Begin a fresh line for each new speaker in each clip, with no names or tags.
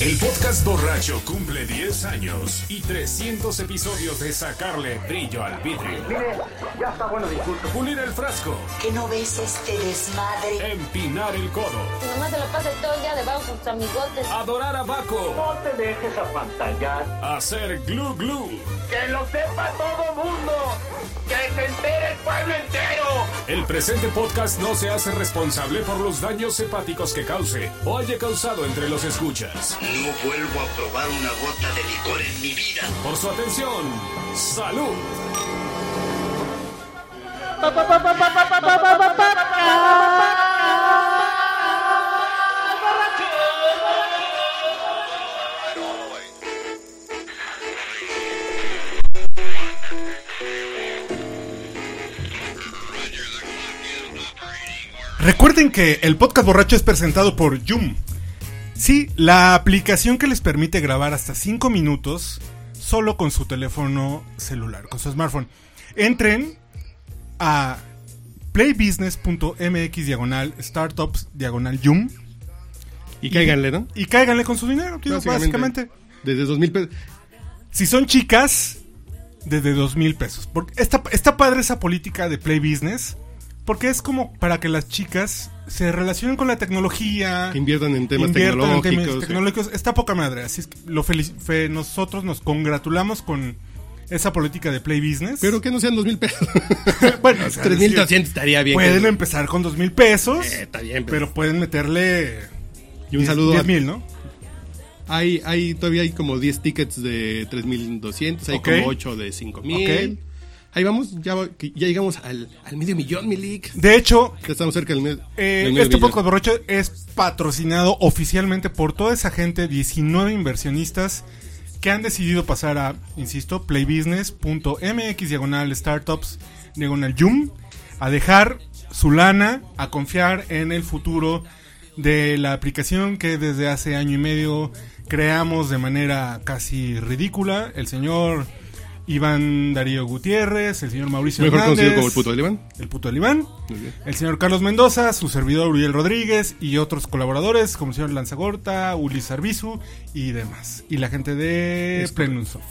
El podcast borracho cumple 10 años y 300 episodios de sacarle brillo al vidrio.
ya está bueno, disculpe.
Pulir el frasco,
¿Qué no ves este desmadre?
empinar el codo,
Mi mamá se la pasa todo el día debajo con sus amigotes.
adorar a Baco,
No te dejes apantallar.
hacer glu glu.
¡Que lo sepa todo mundo! ¡Que se entere el pueblo entero!
El presente podcast no se hace responsable por los daños hepáticos que cause o haya causado entre los escuchas.
No vuelvo a probar una gota de licor en mi vida.
Por su atención, salud.
Recuerden que el podcast borracho es presentado por Yum. Sí, la aplicación que les permite grabar hasta 5 minutos solo con su teléfono celular, con su smartphone. Entren a playbusiness.mx diagonal startups diagonal Yum
Y cáiganle, ¿no?
y cáiganle con su dinero, tío, básicamente.
Desde 2000 pesos.
Si son chicas, desde dos mil pesos. Porque está, está padre esa política de Play Business. Porque es como para que las chicas se relacionen con la tecnología.
Que inviertan en temas
inviertan en temas
tecnológicos. sí.
tecnológicos. Está poca madre. Así es que lo felici- fe- nosotros nos congratulamos con esa política de Play Business.
Pero que no sean 2000 pesos.
bueno, o sea,
3200 estaría bien.
Pueden em- empezar con dos mil pesos.
Eh, está bien, pero-
pero pueden meterle.
Y un saludo. a-
mil, ¿no?
Hay, hay, todavía hay como 10 tickets de 3200. Hay
Ok.
como 8 de 5000.
Ok.
Ahí vamos. Ya, va- que ya llegamos al, al medio millón, Milik.
De hecho,
Ya estamos cerca del, me-
Eh,
del medio
este
millón.
podcast borracho es patrocinado oficialmente por toda esa gente, 19 inversionistas que han decidido pasar a, insisto, playbusiness.mx diagonal startups diagonal yum, a dejar su lana, a confiar en el futuro de la aplicación que desde hace año y medio creamos de manera casi ridícula. El señor Iván Darío Gutiérrez, el señor Mauricio
Mejor
Hernández,
conocido como el puto de Iván.
el puto del Iván.
Muy bien.
El señor Carlos Mendoza, su servidor Uriel Rodríguez y otros colaboradores como el señor Lanzagorta, Ulises Arbizu y demás. Y la gente de
Esto-
Plenum Soft.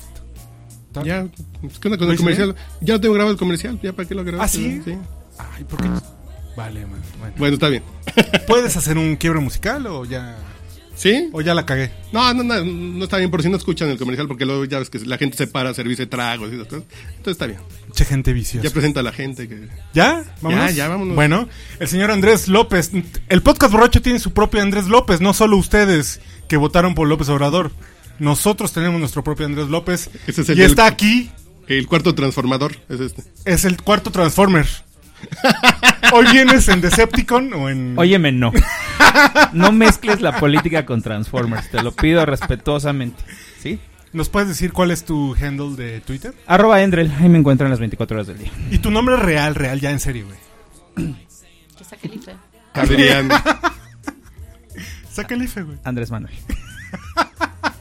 ¿Está?
Ya, pues, ¿qué onda con
¿Lo
el
hice
comercial? Ya no tengo grabado el comercial, ya para qué lo grabé.
¿Ah, sí? Ay, ¿por qué? Vale, man. Bueno.
Bueno, está bien.
¿Puedes hacer un quiebre musical o ya,
¿Sí?
o ya la cagué?
No, no, no, no está bien, por si no escuchan el comercial, porque luego ya ves que la gente se para a servirse tragos y esas cosas. Entonces está bien.
Che, gente viciosa.
Ya presenta a la gente que.
¿Ya? ¿Vámonos?
Ya, ya, vámonos.
Bueno, el señor Andrés López. El podcast borracho tiene su propio Andrés López, no solo ustedes que votaron por López Obrador. Nosotros tenemos nuestro propio Andrés López.
Ese es el
y
del-
está aquí
El cuarto transformador es este.
es el cuarto Transformer. Hoy vienes en Decepticon o en.
Óyeme, no. No mezcles la política con Transformers. Te lo pido respetuosamente. ¿Sí?
¿Nos puedes decir cuál es tu handle de Twitter?
Arroba Endrel. Ahí me encuentran las 24 horas del día.
Y tu nombre real, real, ya en serio, güey.
Adrián.
Saca el IFE, güey.
Andrés Manuel.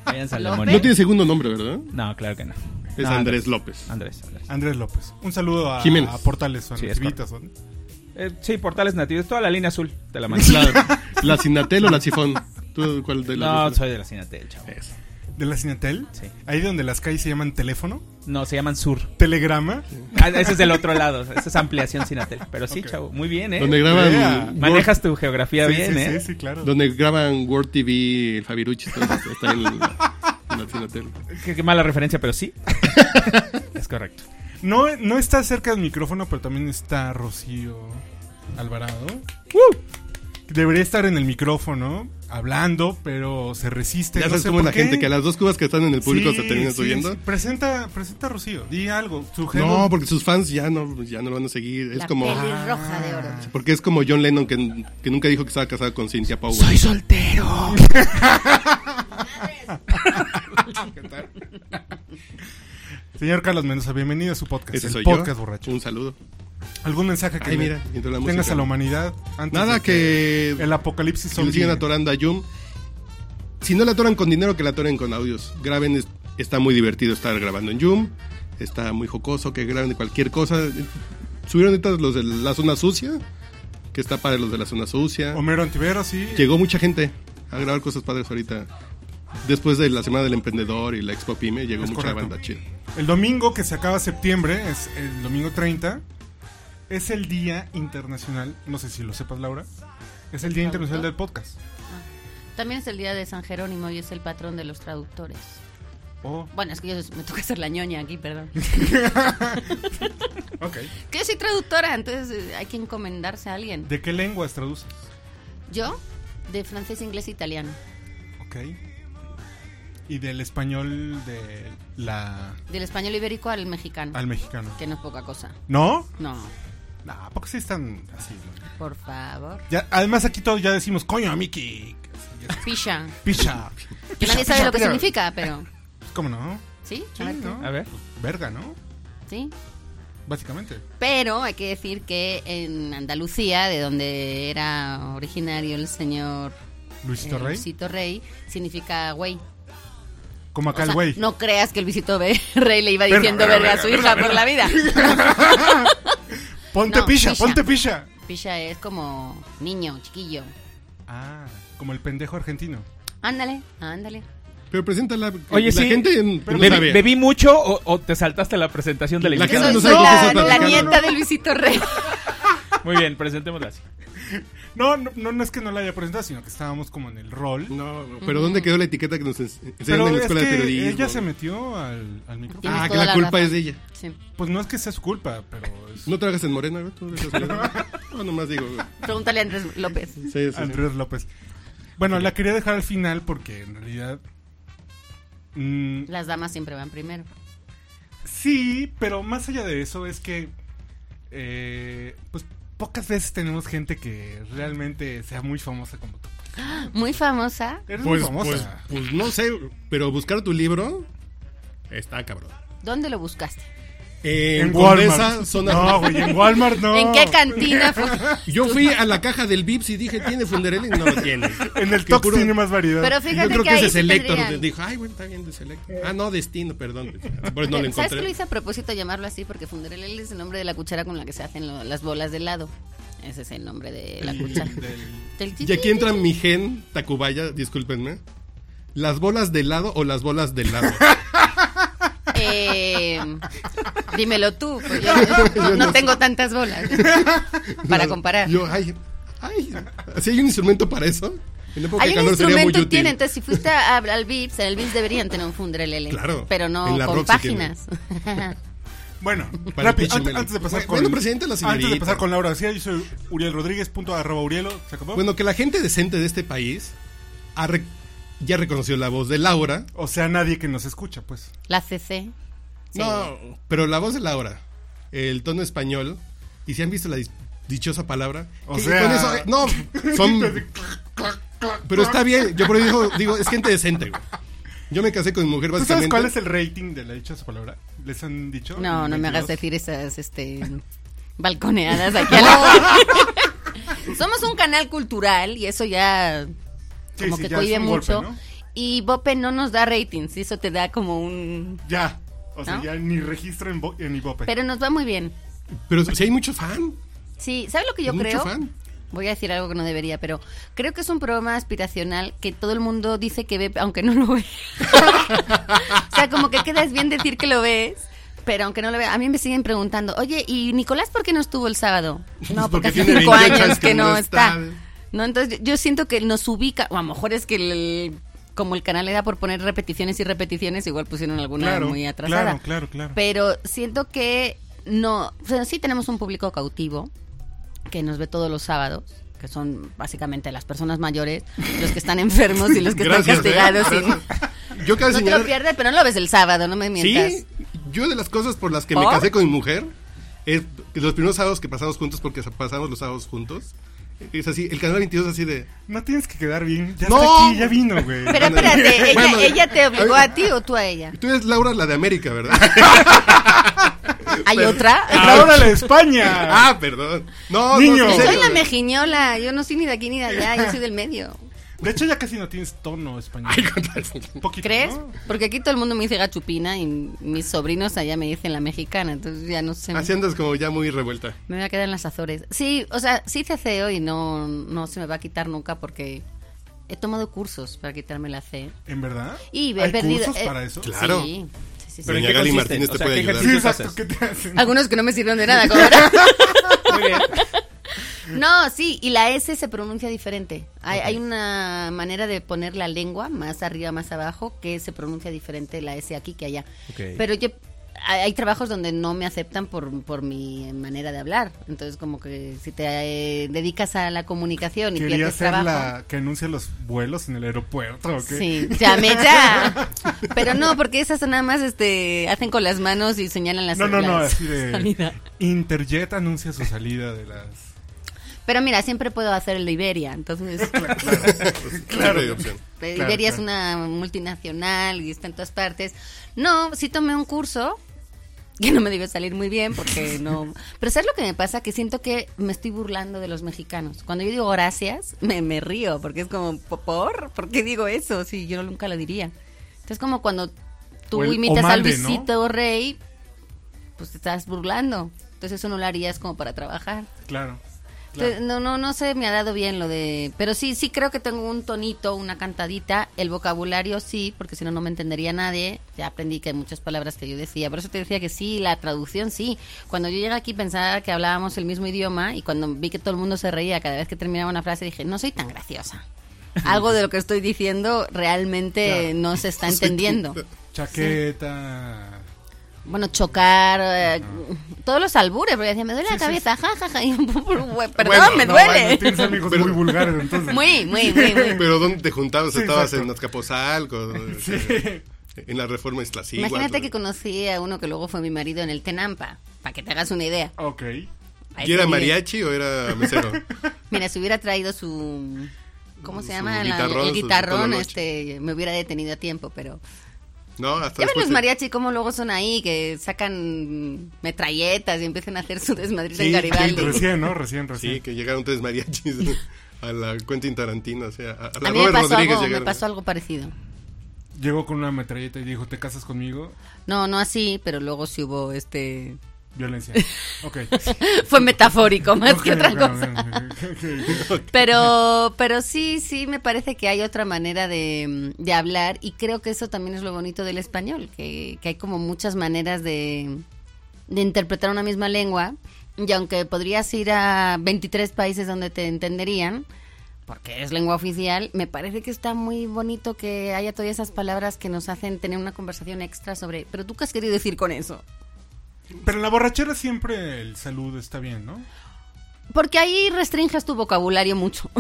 Váyanse al demonio.
no tiene segundo nombre, ¿verdad?
No, claro que no.
Es
No,
Andrés López.
Andrés, Andrés.
Andrés López. Un saludo a,
Jiménez.
a Portales, o a
Sí, es
Nativitas, o-
Eh, sí, portales nativos. Toda la línea azul. Te la mando.
La, la Cinatel o la Sifón. ¿Tú cuál de
No,
las? dos?
soy de la Cinatel, chavo.
Eso.
de la Cinetel.
Sí.
Ahí donde las calles se llaman teléfono,
No, se llaman Sur.
telegrama.
Ah, ese es del otro lado. Esa es ampliación Cinatel. Pero sí,
Ok.
chavo. Muy bien, ¿eh?
Donde
Yeah.
graban. Word,
Manejas tu geografía
Sí,
bien,
sí,
¿eh?
sí, sí, claro.
donde graban Word TV, el Fabiruchi. todo eso, Está en la, en la Cinatel.
Qué, qué mala referencia, pero sí. es correcto.
No, no está cerca del micrófono, pero también está Rocío Alvarado. Debería estar en el micrófono hablando, pero se resiste.
Ya
no
sabes
sé
cómo es
por
la gente
qué.
que a las dos cubas que están en el público
Sí,
se terminan
sí,
subiendo.
sí. Presenta, presenta a Rocío, di algo. Su
No,
handle-
porque sus fans ya no, ya no lo van a seguir. Es
la
como.
pelirroja de oro.
Porque es como John Lennon que, que nunca dijo que estaba casado con Cynthia Powell. Soy
Señor Carlos Mendoza, bienvenido a su podcast.
Ese
el
soy
podcast
yo.
borracho.
Un saludo.
¿Algún mensaje que
Ay,
le
mira, entró la
tengas
música.
a la humanidad? antes
Nada
de
que,
este, El apocalipsis
que le
zombie.
sigan atorando a Yum. Si no la atoran con dinero, que la atoren con audios. Graben, es- está muy divertido estar grabando en Yum. Está muy jocoso que graben de cualquier cosa. Subieron ahorita los de la zona sucia, que está para los de la zona sucia.
Homero Antivero, sí.
Llegó mucha gente a grabar cosas padres ahorita. Después de la Semana del Emprendedor y la Expo Pyme llegó
Es
mucha
correcto.
banda chida.
El domingo que se acaba septiembre, es el domingo 30, es el Día Internacional, no sé si lo sepas Laura, es el Día Internacional del Podcast.
También es el día de San Jerónimo y es el patrón de los traductores.
Oh,
Bueno, es que yo me toca hacer la ñoña aquí, perdón.
ok.
que yo soy traductora, entonces eh, hay que encomendarse a alguien.
¿De qué lenguas traduces?
Yo, de francés, inglés e italiano.
Ok. Y del español de la
Del español ibérico al mexicano.
al mexicano.
Que no es poca cosa.
¿No?
No,
No, ¿a poco sí están así?
por favor.
Ya, además aquí todos ya decimos, coño, Miki. Así, ya-
Picha.
Picha.
Que nadie
Picha,
sabe lo que
picha.
significa, pero.
¿Cómo no?
¿Sí?
Sí,
A ver,
¿no?
A ver.
Verga, ¿no?
¿Sí?
Básicamente.
Pero hay que decir que en Andalucía, de donde era originario el señor
Luisito
eh,
Rey.
Luisito Rey, significa güey.
Como acá
O
el
sea,
güey.
no creas que el Luisito Be- Rey le iba diciendo
verga,
verga a su
verga,
hija por la vida.
ponte
no,
picha,
picha.
ponte picha.
Picha es como niño, chiquillo.
Ah, como el pendejo argentino.
Ándale, ándale.
Pero preséntala.
Oye,
la
sí.
gente en- no
Bebí-
sabe.
¿Bebí mucho o, o te saltaste la presentación de la
La
Que
gente
invitada?
soy,
no
soy
sabe con qué
la,
está
la
platicando,
nieta de Luisito Rey.
Muy bien, presentémosla así.
No, no, no, no es que no la haya presentado, sino que estábamos como en el rol.
No, pero ¿dónde quedó la etiqueta que nos ens- enseñan
Pero
en la
es
escuela de
que
periodismo?
ella se metió al, al micrófono.
Tienes
Ah, que
toda
la,
la
culpa
razón.
es de ella.
Sí.
Pues no es que sea su culpa, pero es
¿No trabajas en Morena? güey? ¿Tú trabajas en Morena? no, nomás digo. güey.
Pregúntale a Andrés López.
Sí, sí, sí.
Andrés López. Bueno, la quería dejar al final porque en realidad... mm,
Las damas siempre van primero.
Sí, pero más allá de eso es que, eh, pues pocas veces tenemos gente que realmente sea muy famosa como tú.
Muy famosa.
Eres muy
Pues,
famosa.
pues, pues no sé, pero buscar tu libro está cabrón.
¿Dónde lo buscaste?
En, Condesa,
Walmart.
zona-
No, güey, en Walmart no.
¿En qué cantina fue?
Yo fui a la caja del Vips y dije, ¿tiene Funderelli? No lo tiene.
En el
Que
Tox
puro-
tiene más variedad.
Pero
Yo
fíjate
creo
que,
que,
ahí
ese
sí
es Selector.
tendrían. Eh.
Dijo, ay, bueno, está bien de Selector. Ah, no, Destino, perdón. Ah, Por eso no lo
¿Sabes que lo
encontré.
hice a propósito llamarlo así? Porque Funderelli es el nombre de la cuchara con la que se hacen lo- las bolas de helado. Ese es el nombre de la cuchara. Del
Y aquí entra mi gen Tacubaya, discúlpenme. ¿Las bolas de lado o las bolas de lado?
Eh, dímelo tú, pues yo, yo
Yo
no
no
tengo tantas bolas para
No,
comparar.
Yo, ay, ay, ¿sí hay un instrumento para eso? En época
Hay
de
un
calor sería muy
instrumento,
útil.
tiene, entonces si fuiste a- al VIPS, en el VIPS deberían tener un funderelele.
Claro,
Pero no
en la
con
Roxy
páginas.
Bueno, rápido,
Para el
antes,
Pichimelo.
antes de pasar
Bueno,
con...
bueno, presente la señorita.
Antes de pasar con Laura García, yo soy Uriel Rodríguez, punto arroba Urielo, ¿se acabó?
Bueno, que la gente decente de este país ha re- ya reconoció la voz de Laura.
o sea, nadie que nos escucha, pues.
la CC. Sí.
No, pero la voz de Laura, el tono español, y si han visto la dis- dichosa palabra.
O
que
sea-
con eso- eh, no, son. pero está bien, yo por eso digo, digo, es gente decente, güey. Yo me casé con mi mujer
¿Tú sabes
básicamente.
cuál es el rating de la dicha esa palabra? ¿Les han dicho?
No, no me hagas
22.
decir esas este, balconeadas aquí a la- Somos un canal cultural y eso ya
Sí,
como
sí,
que
ya es
cohibe
un golpe,
mucho.
¿no?
Y Bope no nos da ratings, y eso te da como un...
Ya. O sea,
¿No?
ya ni registro en, Bo- en Ibope.
Pues.
Pero nos va muy bien.
Pero si hay mucho fan.
Sí, ¿sabes lo que yo
Mucho
creo?
fan.
Voy a decir algo que no debería, pero creo que es un programa aspiracional que todo el mundo dice que ve, aunque no lo ve. o sea, como que quedas bien decir que lo ves, pero aunque no lo vea. A mí me siguen preguntando, oye, ¿y Nicolás por qué no estuvo el sábado? No, porque,
porque
hace
tiene
cinco
28
años
años
que,
que
no
no
está.
está.
No, entonces yo- yo siento que nos ubica, o a lo mejor es que el- como el canal era por poner repeticiones y repeticiones, igual pusieron alguna
Claro,
muy atrasada.
claro, claro, claro.
Pero siento que no, o sea, sí tenemos un público cautivo que nos ve todos los sábados, que son básicamente las personas mayores, los que están enfermos y los que
Gracias, ¿eh?
están castigados. y-
Yo cada
No te lo pierdes, pero no lo ves el sábado, no me mientas.
Sí, yo de las cosas por las que me
¿Por?
casé con mi mujer, es que los primeros sábados que pasamos juntos, porque pasamos los sábados juntos, es así, el canal 22 es así de...
No tienes que quedar bien. Ya
No.
está aquí, ya vino, güey.
Pero espérate, ella,
Bueno,
ella te obligó
a
a
ver.
ti o tú a ella.
Tú eres Laura la de América, ¿verdad?
¿Hay otra?
La hora de España.
ah, perdón. No, no,
Niño.
en
Yo
serio,
soy la
güey.
mejiñola, yo no soy ni de aquí ni de allá, yo soy del medio.
De hecho, ya casi no tienes tono español. Un poquito,
¿Crees?
¿no?
Porque aquí todo el mundo me dice gachupina y mis sobrinos allá me dicen la mexicana, entonces ya no sé.
Así andas como ya muy revuelta.
Me voy a E quedar en las Azores. Sí, o sea, sí te y no, no se me va a quitar nunca porque He tomado cursos para quitarme la C. E
¿En verdad?
Y he
¿Hay
perdido-
cursos
eh,
para eso?
Claro. Claro.
Sí, sí, sí, sí.
Doña
qué
Gali
consisten?
Martínez te
O sea,
puede
¿qué
ayudar.
Sí,
ejercicios
exacto.
haces?
¿Qué te hacen?
Algunos que no me sirven de nada, como ahora. No, sí, y la S se pronuncia diferente. Hay, hay una manera de poner la lengua más arriba, más abajo, que se pronuncia diferente la S aquí que allá.
Ok.
Pero yo, hay, hay trabajos donde no me aceptan por, por mi manera de hablar. Entonces, como que si te eh, dedicas a la comunicación y
Quería
pierdes
ser
trabajo.
la que anuncia los vuelos en el aeropuerto. ¿o qué?
Sí, llame ya. Pero no, porque esas nada más este, hacen con las manos y señalan las
No, no, no,
las-
así de...
salida.
Interjet anuncia su salida de las...
Pero mira, siempre puedo hacer el de Iberia, entonces...
Siempre hay opción.
Eh,
Claro,
Iberia es
claro.
una multinacional y está en todas partes. No, sí tomé un curso que no me debió salir muy bien porque no... Pero ¿sabes lo que me pasa? Que siento que me estoy burlando de los mexicanos. Cuando yo digo gracias, me, me río porque es como, "¿Po- ¿por? ¿Por qué digo eso? Si yo nunca lo diría. Entonces como cuando tú
O el
imitas a
omande, ¿no?
Luisito Rey, pues te estás burlando. Entonces eso no lo harías como para trabajar.
Claro. claro.
Entonces, No, no, no sé, me ha dado bien lo de... Pero sí, sí creo que tengo un tonito, una cantadita. El vocabulario sí, porque si no, no me entendería nadie. Ya aprendí que hay muchas palabras que yo decía. Por eso te decía que sí, la traducción sí. Cuando yo llegué aquí pensaba que hablábamos el mismo idioma y cuando vi que todo el mundo se reía cada vez que terminaba una frase dije, no soy tan graciosa. Algo de lo que estoy diciendo realmente
Claro.
no se está entendiendo.
Chaqueta...
Bueno, chocar, eh, todos los albures, porque decía, me duele la cabeza, jajaja, y yo, perdón, me
no,
duele.
bueno, tienes amigos
Pero-
muy vulgares, entonces...
Muy, muy, muy, muy.
Pero ¿dónde te juntabas?
Sí,
¿Estabas
exacto.
en Azcapotzalco?
Sí.
este, ¿En la Reforma Iztaccíhuatl?
Imagínate que conocí a uno que luego fue mi marido en el Tenampa, para que te hagas una idea.
Ok.
A
¿Y
ese
era
nivel.
mariachi o era mesero?
Mira, si hubiera traído su... ¿Cómo se
Su
llama? La-
guitarrón,
el
su
guitarrón,
tololoche.
este, me hubiera detenido a tiempo, pero...
No, hasta
Ya ven
después
los
de-
mariachi cómo luego son ahí, que sacan metralletas y empiezan a hacer su desmadrita en
Sí,
Garibaldi.
recién, ¿no? Recién, recién.
Sí, que llegaron tres mariachis a la Quentin Tarantino, o sea, a, a la
A mí me
Robert
pasó,
Rodríguez
algo, me
llegaron.
pasó algo parecido.
Llegó con una metralleta y dijo, ¿te casas conmigo?
No, no así, pero luego sí hubo este...
Violencia. Ok.
Fue metafórico más
Ok,
que otra
ok,
cosa.
ok, ok, ok.
Pero, pero sí, sí, me parece que hay otra manera de, mm, de hablar y creo que eso también es lo bonito del español, que, que hay como muchas maneras de, de interpretar una misma lengua y aunque podrías ir a 23 países donde te entenderían, porque es lengua oficial, me parece que está muy bonito que haya todas esas palabras que nos hacen tener una conversación extra sobre, pero tú qué has querido decir con eso.
Pero en la borrachera siempre el saludo está bien, ¿no?
Porque ahí restringes tu vocabulario mucho.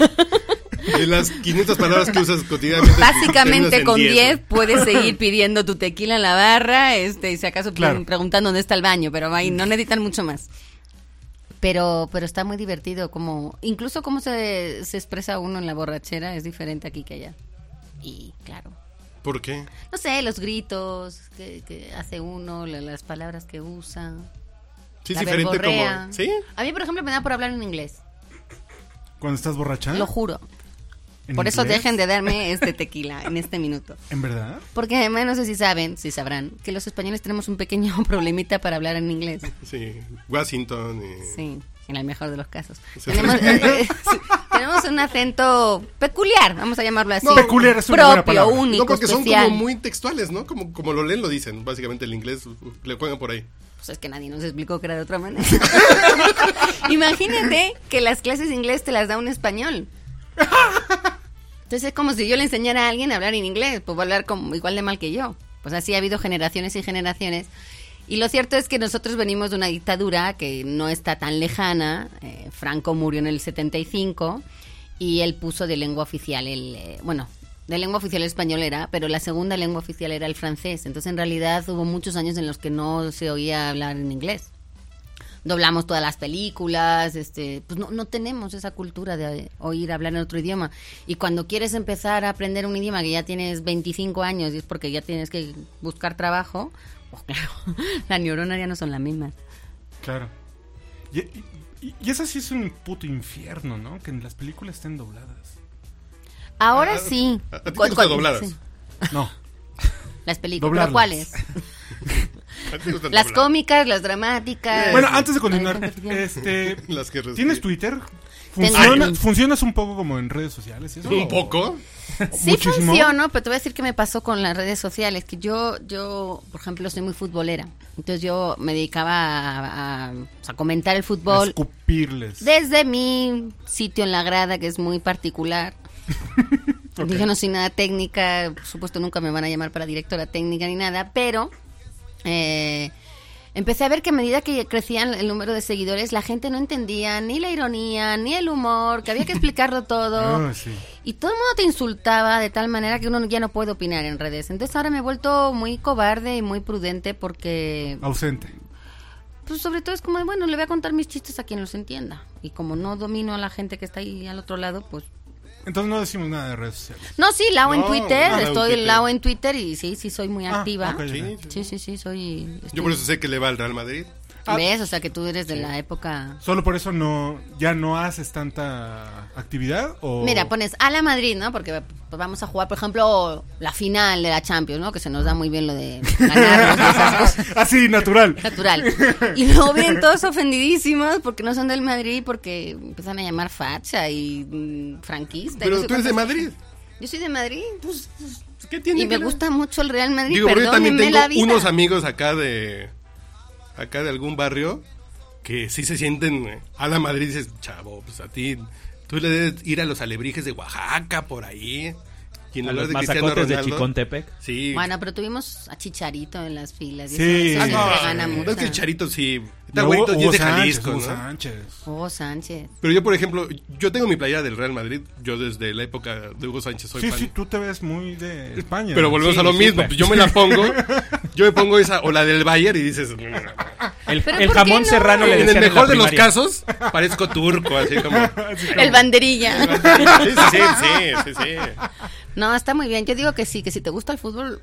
De las 500 palabras que usas cotidianamente.
Básicamente
terminas
con
en
10 puedes seguir pidiendo tu tequila en la barra, este, y si acaso pre-
Claro.
preguntando dónde está el baño, pero ahí
Mm.
no necesitan mucho más. Pero, pero está muy divertido, como incluso cómo se, se expresa uno en la borrachera es diferente aquí que allá. Y claro,
¿Por qué?
no sé, los gritos que, que hace uno, la- las palabras que usa,
Sí, es
la
diferente
verborrea.
como... ¿Sí?
A mí, por ejemplo, me da por hablar en inglés,
Cuando estás borracha.
lo juro.
¿Ah? ¿En
Por eso
inglés?
dejen de darme este tequila en este minuto.
¿En verdad?
Porque además no sé si saben, si sabrán, que los españoles tenemos un pequeño problemita para hablar en inglés.
Sí, Washington eh, y...
Sí, en el mejor de los casos.
Sí.
Tenemos, eh, eh, sí, tenemos un acento peculiar, vamos a llamarlo así.
No, peculiar es una buena
Propio,
palabra.
único,
No, porque
especial.
son como muy textuales, ¿no? Como, como lo leen, lo dicen. Básicamente el inglés uh, uh, le juegan por ahí.
Pues es que nadie nos explicó que era de otra manera. Imagínate que las clases de inglés te las da un español. Entonces es como si yo le enseñara a alguien a hablar en inglés, pues va a hablar como, igual de mal que yo. Pues así ha habido generaciones y generaciones. Y lo cierto es que nosotros venimos de una dictadura que no está tan lejana. Eh, Franco murió en el 75 y él puso de lengua oficial el... eh, bueno, de lengua oficial el español era, pero la segunda lengua oficial era el francés. Entonces en realidad hubo muchos años en los que no se oía hablar en inglés doblamos todas las películas, este, pues no, no tenemos esa cultura de oír hablar en otro idioma. Y cuando quieres empezar a aprender un idioma que ya tienes 25 años y es porque ya tienes que buscar trabajo, pues claro, las neuronas ya no son las mismas.
Claro. Y, y, y eso sí es un puto infierno, ¿no? Que en las películas estén dobladas.
Ahora sí.
¿A ti te
¿Cuál-
gusta
cuál-
dobladas?
sí,
No.
Las películas.
Doblarlas.
¿Pero cuáles?
¿A ti te gustan
Las
dobladas?
Eh,
cómicas, las dramáticas.
Bueno, antes de continuar,
Ay, qué bien.
este,
Las que
¿tienes
respira.
Twitter? Funciona-
Tengo-
¿Funcionas un poco como en redes sociales? y eso?
¿Un poco?
Sí
Muchísimo.
funcionó, pero te voy a decir que me pasó con las redes sociales, que yo, yo por ejemplo, soy muy futbolera. Entonces yo me dedicaba a, a- a comentar el
A
fútbol
Escupirles.
desde mi sitio en la grada, que es muy particular. Yo no soy nada técnica, por supuesto nunca me van a llamar para directora técnica ni nada, pero eh, empecé a ver que a medida que crecían el número de seguidores, la gente no entendía ni la ironía, ni el humor, que había que explicarlo todo.
Ah, sí.
Y todo el mundo te insultaba de tal manera que uno ya no puede opinar en redes. Entonces ahora me he vuelto muy cobarde y muy prudente porque,
Ausente.
pues sobre todo es como, bueno, le voy a contar mis chistes a quien los entienda. Y como no domino a la gente que está ahí al otro lado, pues...
Entonces no decimos nada de redes sociales.
No, sí, lao en
No,
Twitter,
nada en
estoy
Twitter.
lao en Twitter y sí, sí, soy muy
Ah,
activa.
ok,
Sí.
ok.
Sí, sí, sí, soy...
Yo
estoy-
por eso sé que le va al Real Madrid.
Ah.
¿Ves? O sea que tú eres de la época...
Solo por eso no, ya no haces tanta actividad
Oh.
o...
Mira, pones a la Madrid, ¿no? Porque pues, vamos a jugar, por ejemplo, la final de la Champions, ¿no? Que se nos da muy bien lo de ganarnos y esas cosas.
Así, natural.
Natural. Y luego vienen todos ofendidísimos porque no son del Madrid, porque empiezan a llamar facha y mm, franquista. y no
Pero
sé
tú eres de
cuántas-
Madrid.
Yo soy de Madrid.
¿Qué tiene
Y me
que ver?
gusta mucho el Real Madrid.
Digo, porque yo también
perdónenme la
tengo
vida.
unos amigos acá de. Acá de algún barrio que sí se sienten eh, a la Madrid y dices, chavo, pues a ti. Tú le debes ir a los alebrijes de Oaxaca por ahí. Y en
A
lugar
los
de Cristiano
mazacotes de
Ronaldo-
Chicontepec.
Sí.
Bueno, pero tuvimos a Chicharito en las filas. y
Sí.
eso- eso
Ah,
sí,
no,
siempre gana
no,
mucho.
es que el Charito sí. Está
No,
güerito y es
Hugo
de
Sánchez,
Jalisco,
Hugo
¿no?
Sánchez.
Oh, Sánchez.
Pero yo, por ejemplo, yo tengo mi playera del Real Madrid. Yo desde la época de Hugo Sánchez soy
Sí,
fan.
sí, tú te ves muy de España.
Pero volvemos
Sí,
a lo
súper.
mismo. Pues yo me la pongo. Yo me pongo esa o la del Bayern y dices. "Mm,
El,
Pero
el
¿por qué
jamón
no?
serrano le
en el
decían
mejor
la
de los
primaria.
casos, parezco turco, así como.
El banderilla.
Sí, sí, sí, sí, sí.
No, está muy bien. Yo digo que sí, que si te gusta el fútbol,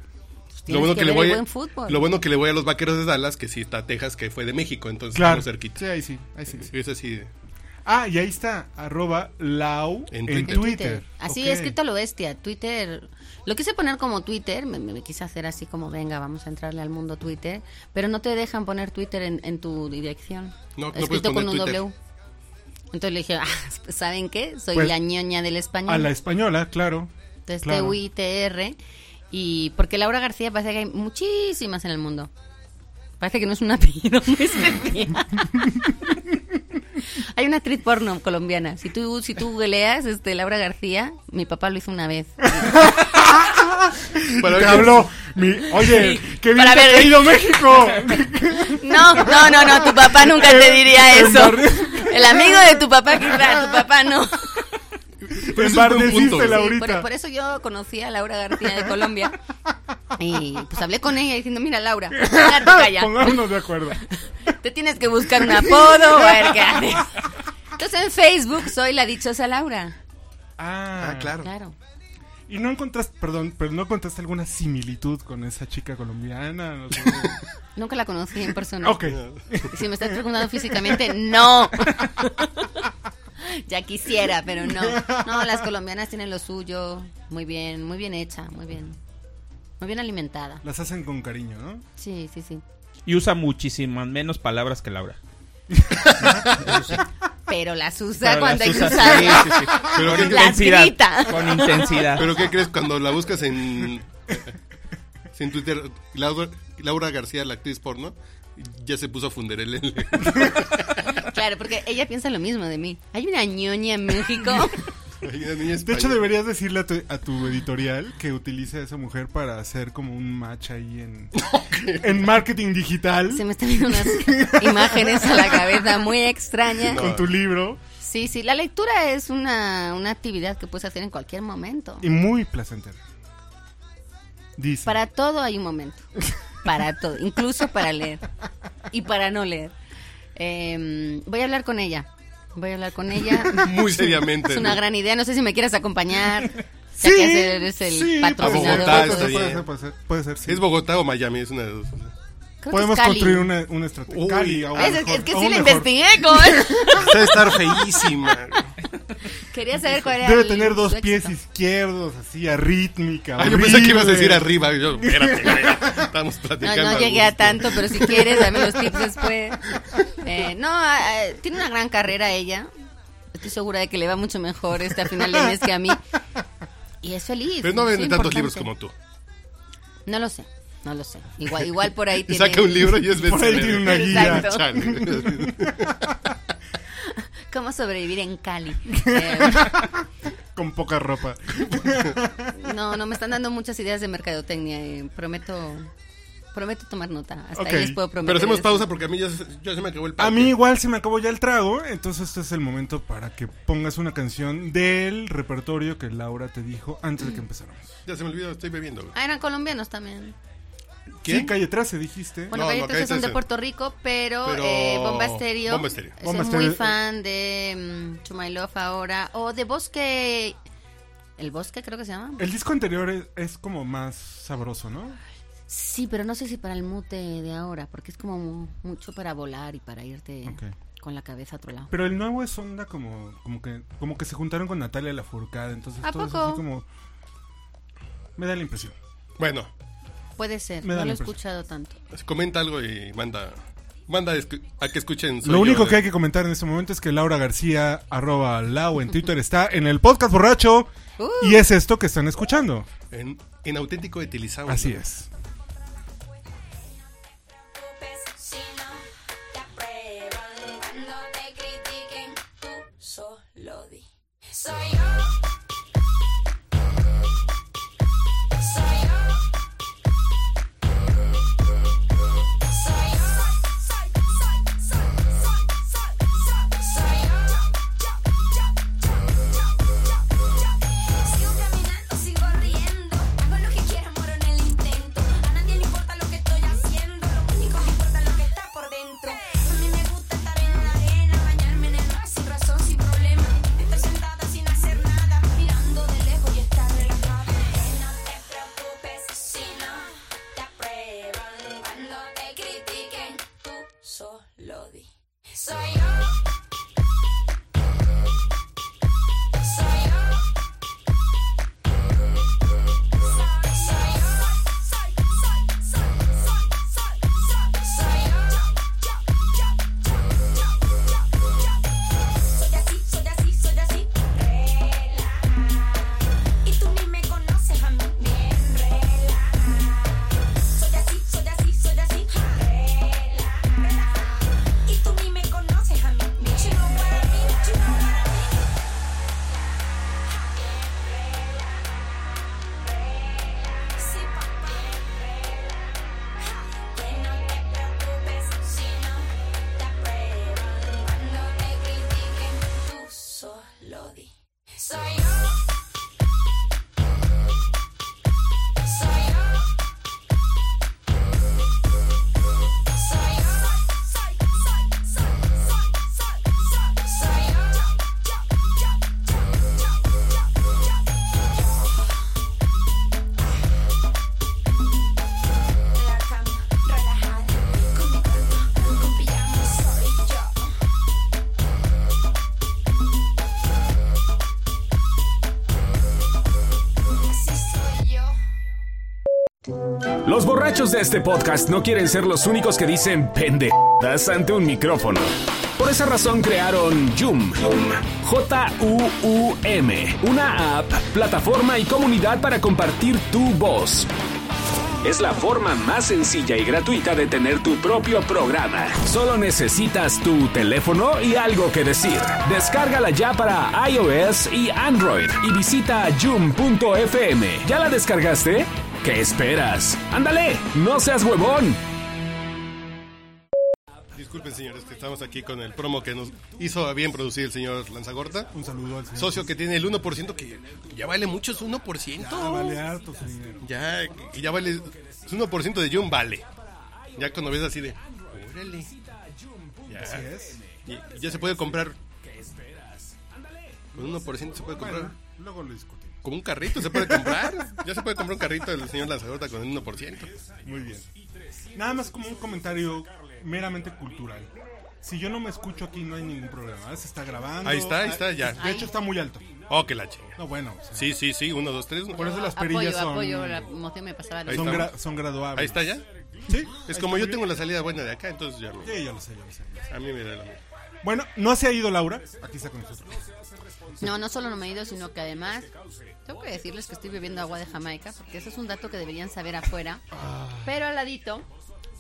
pues tienes
Lo bueno
que,
que, le
ver el
voy,
buen fútbol.
lo bueno que le voy a los vaqueros de Dallas, que sí está Texas, que fue de México, entonces
Claro.
estamos cerquita.
Sí, ahí sí, ahí sí.
Sí, eso sí.
Ah, y ahí está, arroba lau en
En
Twitter.
Twitter.
Twitter. Así
Ok.
escrito a lo bestia. Twitter. Lo quise poner como Twitter. Me, me- me quise hacer así como, venga, vamos a entrarle al mundo Twitter. Pero no te dejan poner Twitter en, en tu dirección.
No, no puedes
escrito
poner
con un
Twitter.
W. Entonces le dije, ah, pues, ¿saben qué? Soy
Pues,
la ñoña del español.
A la española, claro.
Entonces
claro.
T-U-I-T-R. Y porque Laura García parece que hay muchísimas en el mundo. Parece que no es un apellido muy especial. Hay una actriz porno colombiana. Si tú, si tú googleas este, Laura García, mi papá lo hizo una vez.
Para
Te
ver-
habló mi... Oye, qué bien
Para
te ha
ver-
caído México.
No, no, no, no, tu papá nunca te diría
En
eso.
barrio.
El amigo de tu papá, quizá, tu papá no.
Pero es un buen punto.
Embardeciste,
Sí,
Sí,
Laurita.
por, por eso yo conocí a Laura García de Colombia. Y pues hablé con ella diciendo, mira Laura, ya te callas.
Ah, Pongámonos de acuerdo.
Te tienes que buscar un apodo, a ver qué haces. Entonces en Facebook soy la dichosa Laura.
Ah,
Ah, claro.
Claro.
¿Y no encontraste, perdón, pero no encontraste alguna similitud con esa chica colombiana? No sé.
Nunca la conocí en persona.
ok.
Y Si me estás preguntando físicamente, no. ya quisiera, pero no. No, las colombianas tienen lo suyo. Muy bien, muy bien hecha, muy bien. Muy bien alimentada.
Las hacen con cariño, ¿no?
Sí, sí, sí.
Y usa muchísimas menos palabras que Laura.
Pero las usa
Pero
cuando
las
hay que
usa,
usarlas.
sí, sí, sí.
Pero
Con
¿qué-
Las
intensidad.
grita.
Con intensidad.
¿Pero qué crees cuando la buscas en, en Twitter? Laura, Laura García, la actriz porno, ya se puso a funder el...
Claro, porque ella piensa lo mismo de mí. Hay una ñoña en México.
De hecho, deberías decirle a tu, a tu editorial que utilice a esa mujer para hacer como un match ahí en, en marketing digital
Se me están viendo unas imágenes a la cabeza muy extrañas.
con tu libro
Sí, sí, la lectura es una, una actividad que puedes hacer en cualquier momento.
y muy placentera. Dice.
Para todo hay un momento. Para todo, incluso para leer. Y para no leer. Eh, voy a hablar con ella. Voy a hablar con ella.
Muy seriamente.
Es una
¿no?
gran idea. No sé si me quieras acompañar. Ya que eres el
sí,
patrocinador.
Bogotá,
puede,
está
ser, puede
bien.
ser, puede ser, puede ser, sí.
¿Es Bogotá o Miami? Es una de dos.
Creo que es
Podemos
Cali.
construir una, una estrategia.
Uy.
Cali, aún
Es, es
mejor,
que
aún
sí la
mejor.
investigué, ¿cómo?
Debe estar feísima.
Quería saber cuál era.
Debe
el-
tener dos
su éxito.
pies izquierdos, así, arrítmica.
Ah, yo pensé que ibas a decir
horrible.
arriba. Yo, espérate, espérate, estamos
No,
platicando.
no
a
llegué a
gusto.
tanto, pero si quieres, dame los tips después. Eh, no, ah, ah, tiene una gran carrera ella. estoy segura de que le va mucho mejor este a final de mes que a mí. Y es feliz.
Pero no
es
vende tantos
importante.
libros como tú.
No lo sé, no lo sé. Igual, igual por ahí
Y
tiene...
saca un libro y es
Por ahí tiene una guía.
Exacto.
Chale.
¿Cómo sobrevivir en Cali? Eh,
Con poca ropa.
No, no me están dando muchas ideas de mercadotecnia. eh, prometo, prometo tomar nota. Hasta
Ok,
ahí les puedo prometer.
Pero hacemos pausa porque a mí ya se, ya se me acabó el pan.
A mí igual se me acabó ya el trago, entonces este es el momento para que pongas una canción del repertorio que Laura te dijo antes de que empezáramos.
Ya se me olvidó, estoy bebiendo. güey.
Ah, eran colombianos también.
Sí,
¿Quién?
calle 13 dijiste.
Bueno,
No,
Calle
no,
13 son
Calle
de
13.
Puerto Rico, pero,
Pero-
eh, Bomba Estéreo.
Bomba Estéreo.
Soy
Bomba
muy
Estéreo.
fan de mm, To My Love ahora. O de Bosque. El Bosque creo que se llama.
El disco anterior es, es como más sabroso, ¿no?
Sí, pero no sé si para el mute de ahora, porque es como mu- mucho para volar y para irte
Ok.
con la cabeza a otro lado.
Pero el nuevo es onda como, como que, como que se juntaron con Natalia Lafourcade, entonces
¿A
todo es
poco?
así como me da la impresión.
Bueno,
Puede ser,
Me da
no lo
la
he
impresión.
escuchado tanto.
comenta algo y manda manda a escu- a que escuchen. Soy
Lo
yo
único
de-
que hay que comentar en este momento es que Laura García, arroba Lau en Twitter, está en el podcast borracho
Uh.
y es esto que están escuchando.
En, en auténtico de Tilizao.
Así es.
Si no te aprueban, cuando te critiquen, tú solo di. Soy yo. Soy yo. Soy yo. Soy, soy, soy, soy, soy, soy, soy yo. Yo, yo, yo, yo, yo, yo. Sigo caminando, sigo riendo. Hago lo que quiera, muero en el intento. A nadie le importa lo que estoy haciendo. Lo único que importa es lo que está por dentro. A mí me gusta estar en la arena, bañarme en el mar sin razón, sin problema. Estoy sentada sin hacer nada, mirando de lejos y estar relajada. Que no te preocupes si no te aprueban. Cuando te critiquen, tú solo di. Soy yo. Soy yo. Soy así, soy así, soy así. Relaja. Y tú ni me conoces a mí. Bien, relaja. Soy así, soy así, soy así. Relaja. Y tú ni me conoces a mí. You know what I mean, you know what I mean. Sí, papá. Que no te preocupes si no te aprueban. Cuando te critiquen, tú solo di. Soy yo. Soy yo. Soy yo. Soy, soy, soy, soy, soy, soy, soy yo. Yo, yo, yo, yo, yo, yo, yo. En la cama, relajada, con mi cuerpo, con pijama, soy yo. Así soy yo.
Los borrachos de este podcast no quieren ser los únicos que dicen pendejadas ante un micrófono. Por esa razón crearon Joom, J-U-U-M, una app, plataforma y comunidad para compartir tu voz. Es la forma más sencilla y gratuita de tener tu propio programa. Solo necesitas tu teléfono y algo que decir. Descárgala ya para iOS y Android y visita joom.fm. ¿Ya la descargaste? ¿Qué esperas? ¡Ándale! ¡No seas huevón!
Disculpen, señores, que estamos aquí con el promo que nos hizo bien producir el señor Lanzagorta.
Un saludo al señor.
Socio que tiene el 1%, que ya vale mucho, es 1%.
Uh.
Ah, vale harto su dinero.
Ya, que ya vale. Su 1% de Jun vale. Ya cuando ves así de. Órale. Ya. Y- y ya se puede comprar. Con 1% se puede comprar.
Bueno, luego lo discutimos.
Como un carrito se puede comprar. ya se puede comprar un carrito del señor Lanzagorta con el 1%.
Muy bien. Nada más como un comentario meramente cultural. Si yo no me escucho aquí, no hay ningún problema. Se está grabando.
Ahí está, ahí está, ya.
De hecho, está muy alto.
Oh, que la chinga.
No, bueno. o sea,
Sí, sí, sí. 1, 2, 3.
Por eso las
Apoyo,
perillas son,
apoyo, la emoción me pasaba.
Ahí
son,
está.
gra- son graduables.
Ahí está ya.
Sí.
Es como yo tengo la salida buena de acá, entonces ya lo-
Sí, ya lo sé, ya lo sé. ya lo sé.
A mí me da la mía.
Bueno, no se ha ido Laura. Aquí está con nosotros.
No, no solo no me he ido, sino que además tengo que decirles que estoy bebiendo agua de Jamaica, porque ese es un dato que deberían saber afuera. Pero al ladito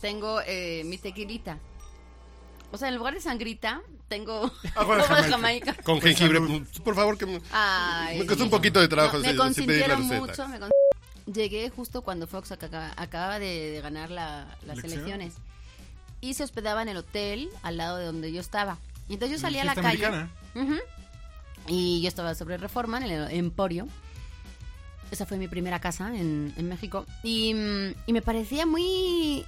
tengo eh, mi tequilita. O sea, en lugar de sangrita, tengo
Agua de
Jamaica.
Con
Pues
jengibre. pues, Por favor, que me,
Ay,
me costó un
sí.
poquito de trabajo.
No,
sí,
me
sí, pedir la
consintieron
receta.
mucho. me con- Llegué justo cuando Fox aca- acababa de, de ganar la- las
¿Elección?
elecciones. Y se hospedaba en el hotel al lado de donde yo estaba. Y entonces yo salí a la
Fiesta
calle.
americana.
Ujú. Y yo estaba sobre Reforma, en el Emporio. Esa fue mi primera casa en, en México. Y, mm, y me parecía muy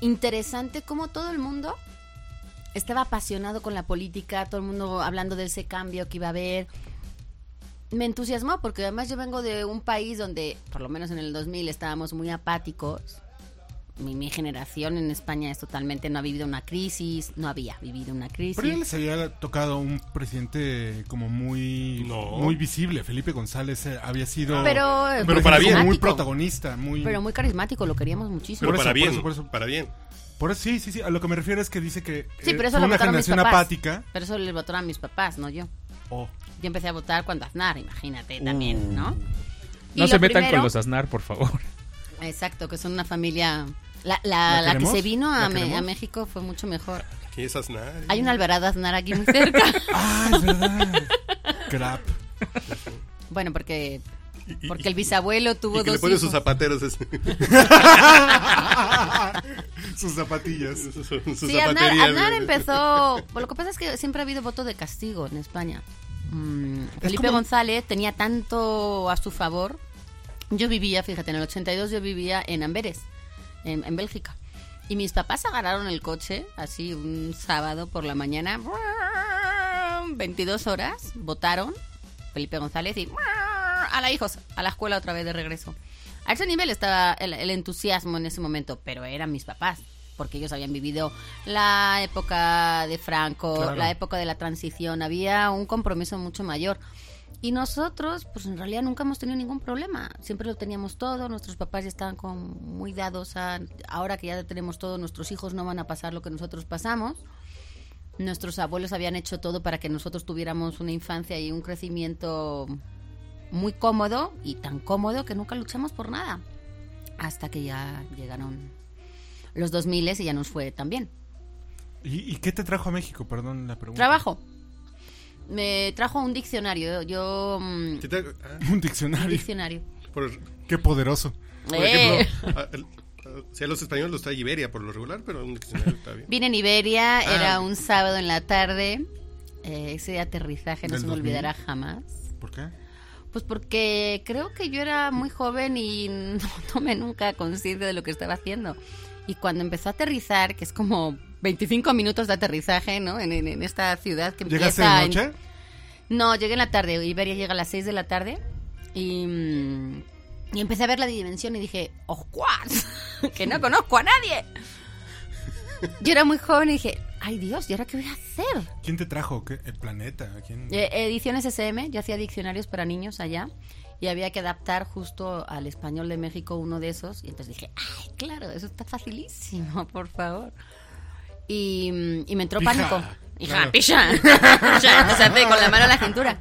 interesante cómo todo el mundo estaba apasionado con la política, todo el mundo hablando de ese cambio que iba a haber. Me entusiasmó porque además yo vengo de un país donde, por lo menos en el 2000, estábamos muy apáticos. Mi, mi generación en España es totalmente, no ha vivido una crisis, no había vivido una crisis.
Pero ya les había tocado un presidente como muy,
No.
muy visible. Felipe González eh, había sido
Ah. Pero-
un
Pero
presidente
para bien.
como muy
Carismático.
protagonista. Muy,
Pero muy carismático, lo queríamos muchísimo.
Pero
Por eso,
para
por
bien.
eso, por eso.
Para bien.
Por eso, sí, sí, sí. A lo que me refiero es que dice que
sí,
eh,
pero eso
fue
lo
una
votaron mis
generación
papás.
apática.
Pero eso le votaron a mis papás, no yo.
Oh.
Yo empecé a votar cuando Aznar, imagínate
Uh.
también, ¿no? Y
No
lo
se metan
primero-
con los Aznar, por favor.
Exacto, que son una familia... La, la-
¿La
la que
queremos?
se vino a,
¿La
Me- a
queremos?
México fue mucho mejor.
Aquí esas nada.
Hay un Alvarado Aznar aquí muy cerca.
Ah, es verdad. Crap.
bueno, porque porque el bisabuelo tuvo
Y que le
dos
pone
hijos.
sus zapateros. es-
Sus zapatillas.
su- su
Sí, Aznar,
zapatería,
Aznar
güey.
empezó... pues, Lo que pasa es que siempre ha habido voto de castigo en España. Mm, Felipe
como-
González tenía tanto a su favor. Yo vivía, fíjate, en el 82 yo vivía en Amberes, en, en Bélgica. Y mis papás agarraron el coche, así un sábado por la mañana, 22 horas, votaron Felipe González y a la hijos, a la escuela otra vez de regreso. A ese nivel estaba el, el entusiasmo en ese momento, pero eran mis papás, porque ellos habían vivido la época de Franco,
Claro.
la época de la transición, había un compromiso mucho mayor. Y nosotros, pues en realidad nunca hemos tenido ningún problema. Siempre lo teníamos todo, nuestros papás ya estaban como muy dados a... Ahora que ya tenemos todo, nuestros hijos no van a pasar lo que nosotros pasamos. Nuestros abuelos habían hecho todo para que nosotros tuviéramos una infancia y un crecimiento muy cómodo y tan cómodo que nunca luchamos por nada. Hasta que ya llegaron los 2000 y ya nos fue tan bien.
¿Y, y qué te trajo a México? Perdón la pregunta.
Trabajo. Me trajo un diccionario. Yo... mm,
¿Qué te- ah,
Un
un
diccionario.
diccionario.
por-
Qué poderoso.
Por
¡Eh!
ejemplo, a- Ah, el- a- si a los españoles los trae Iberia por lo regular, pero un diccionario está bien.
Vine en Iberia,
Ah.
era un sábado en la tarde. Eh, ese aterrizaje no
¿Del
se me
2000?
olvidará jamás.
¿Por qué?
Pues porque creo que yo era muy joven y no tomé nunca conciencia de lo que estaba haciendo. Y cuando empezó a aterrizar, que es como 25 minutos de aterrizaje, ¿no? En, en- en esta ciudad que
¿Llegaste
empieza...
de
en-
noche?
No, llegué en la tarde. Iberia llega a las 6 de la tarde. Y, mm, y empecé a ver la dimensión y dije, ¡Oscuas! que no conozco a nadie. Yo era muy joven y dije, ¡ay Dios! ¿Y ahora qué voy a hacer?
¿Quién te trajo? ¿Qué- ¿El planeta? ¿Quién?
Eh, ediciones SM, yo hacía diccionarios para niños allá y había que adaptar justo al español de México uno de esos. Y entonces dije, ¡ay, claro! Eso está facilísimo, por favor. Y, mm, y me entró
Pija,
pánico. Hija,
claro.
pilla. Pilla, entonces hace con la mano a la cintura.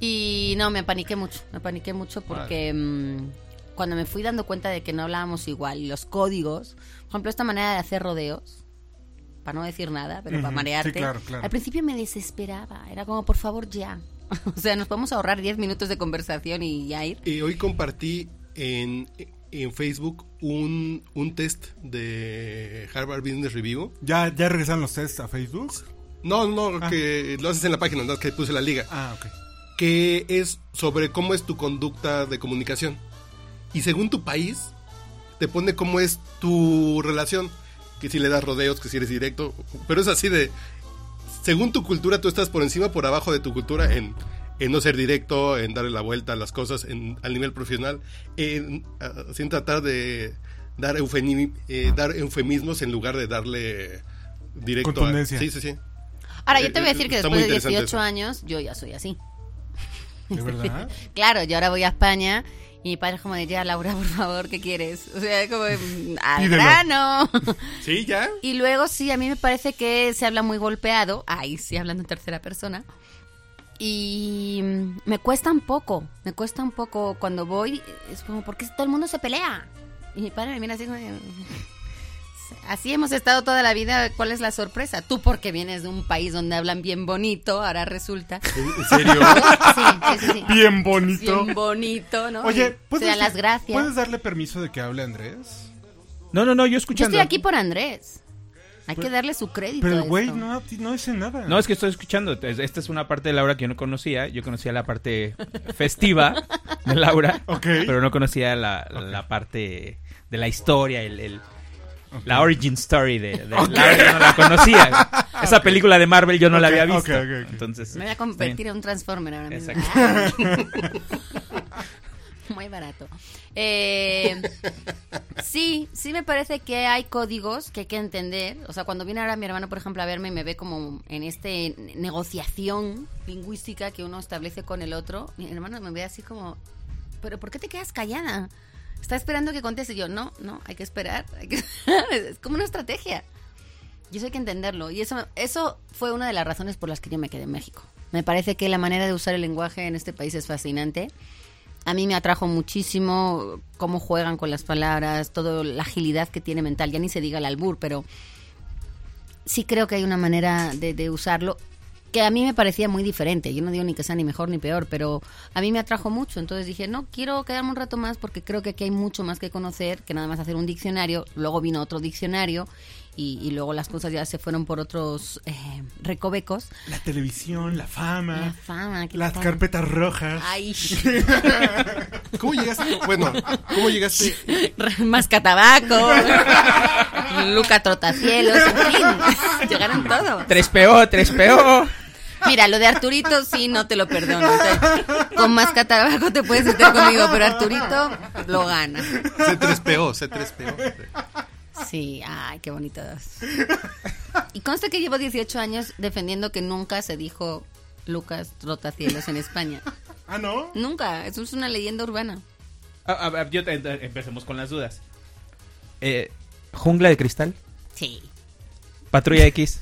Y no, me apaniqué mucho. Me apaniqué mucho porque mm, cuando me fui dando cuenta de que no hablábamos igual, y los códigos, por ejemplo, esta manera de hacer rodeos, para no decir nada, pero para
Ujú, sí,
marearte.
claro, claro.
Al principio me desesperaba. Era como, por favor, ya. O sea, nos podemos ahorrar 10 minutos de conversación y ya ir.
Eh, hoy compartí en, en Facebook un, un test de Harvard Business Review.
¿Ya, ¿Ya regresan los tests a Facebook?
No, no,
Ah.
que lo haces en la página, no, es que puse la liga.
Ah, ok.
que es sobre cómo es tu conducta de comunicación. Y según tu país, te pone cómo es tu relación. Que si le das rodeos, que si eres directo. Pero es así de. Según tu cultura, tú estás por encima o por abajo de tu cultura en, en no ser directo, en darle la vuelta a las cosas en, al nivel profesional, en, ah, sin tratar de dar, eufemi- eh, dar eufemismos en lugar de darle directo. a-
Contundencia.
sí, sí, sí.
Ahora, yo
Eh,
te voy a decir que
está
después
muy
de
interesante
18
eso.
años, yo ya soy así.
¿De verdad?
Claro, yo ahora voy a España Y mi padre es como de, ya, Laura, por favor, ¿qué quieres? O sea, como, de, "Mm, al
Pídelo.
grano.
Sí, ya.
Y luego sí, a mí me parece que se habla muy golpeado. Ahí sí, hablando en tercera persona. Y mm, me cuesta un poco, me cuesta un poco cuando voy. Es como, ¿por qué todo el mundo se pelea? Y mi padre me mira así como... de, Así hemos estado toda la vida. ¿Cuál es la sorpresa? Tú porque vienes de un país donde hablan bien bonito, ahora resulta.
¿En serio?
Sí, sí, sí, sí.
Bien bonito.
Bien bonito, ¿no?
Oye,
se
¿puedes,
dan las gracias.
¿puedes darle permiso de que hable Andrés?
No, no, no, yo
Yo
escuchando.
estoy aquí por Andrés. Hay que darle su crédito.
Pues, Pero
a
el güey
esto.
no, no dice nada.
No, es que estoy escuchando. Es- Esta es una parte de Laura que yo no conocía. Yo conocía la parte festiva de Laura,
Ok.
pero no conocía la, la parte de la historia, el, el- la origin story de, de Laura. Yo no la conocía. Esa película de Marvel yo no la
Ok,
había visto.
ok, ok, ok.
Entonces,
Me voy a convertir en un Transformer ahora mismo. Muy barato. Eh, sí, sí me parece que hay códigos que hay que entender. O sea, cuando viene ahora mi hermano, por ejemplo, a verme y me ve como en esta negociación lingüística que uno establece con el otro, mi hermano me ve así como, ¿pero por qué te quedas callada? Está esperando que conteste. Y yo, no, no, hay que esperar. hay que- es como una estrategia. Y eso hay que entenderlo. Y eso, eso fue una de las razones por las que yo me quedé en México. Me parece que la manera de usar el lenguaje en este país es fascinante. A mí me atrajo muchísimo cómo juegan con las palabras, toda la agilidad que tiene mental. Ya ni se diga el albur, pero sí creo que hay una manera de, de usarlo que a mí me parecía muy diferente. Yo no digo ni que sea ni mejor ni peor, pero a mí me atrajo mucho. Entonces dije, no, quiero quedarme un rato más porque creo que aquí hay mucho más que conocer que nada más hacer un diccionario. Luego vino otro diccionario y, y luego las cosas ya se fueron por otros eh, recovecos.
La televisión, la fama,
La fama, ¿qué
las
tal?
carpetas rojas.
Ay,
¿Cómo llegaste? Bueno, ¿cómo llegaste?
mascatabaco, Luca Trotacielos, en fin, llegaron todos.
3PO, 3PO.
Mira, lo de Arturito sí, no te lo perdono. O sea, con más catarabaco te puedes meter conmigo, pero Arturito lo gana.
C3PO, C3PO.
Sí, ay, qué bonito. Y consta que llevo 18 años defendiendo que nunca se dijo Lucas Trotacielos en España.
Ah, ¿no?
Nunca, eso es una leyenda urbana.
A- a- a- yo te- te- empecemos con las dudas. Eh, Jungla de cristal,
Sí.
Patrulla X.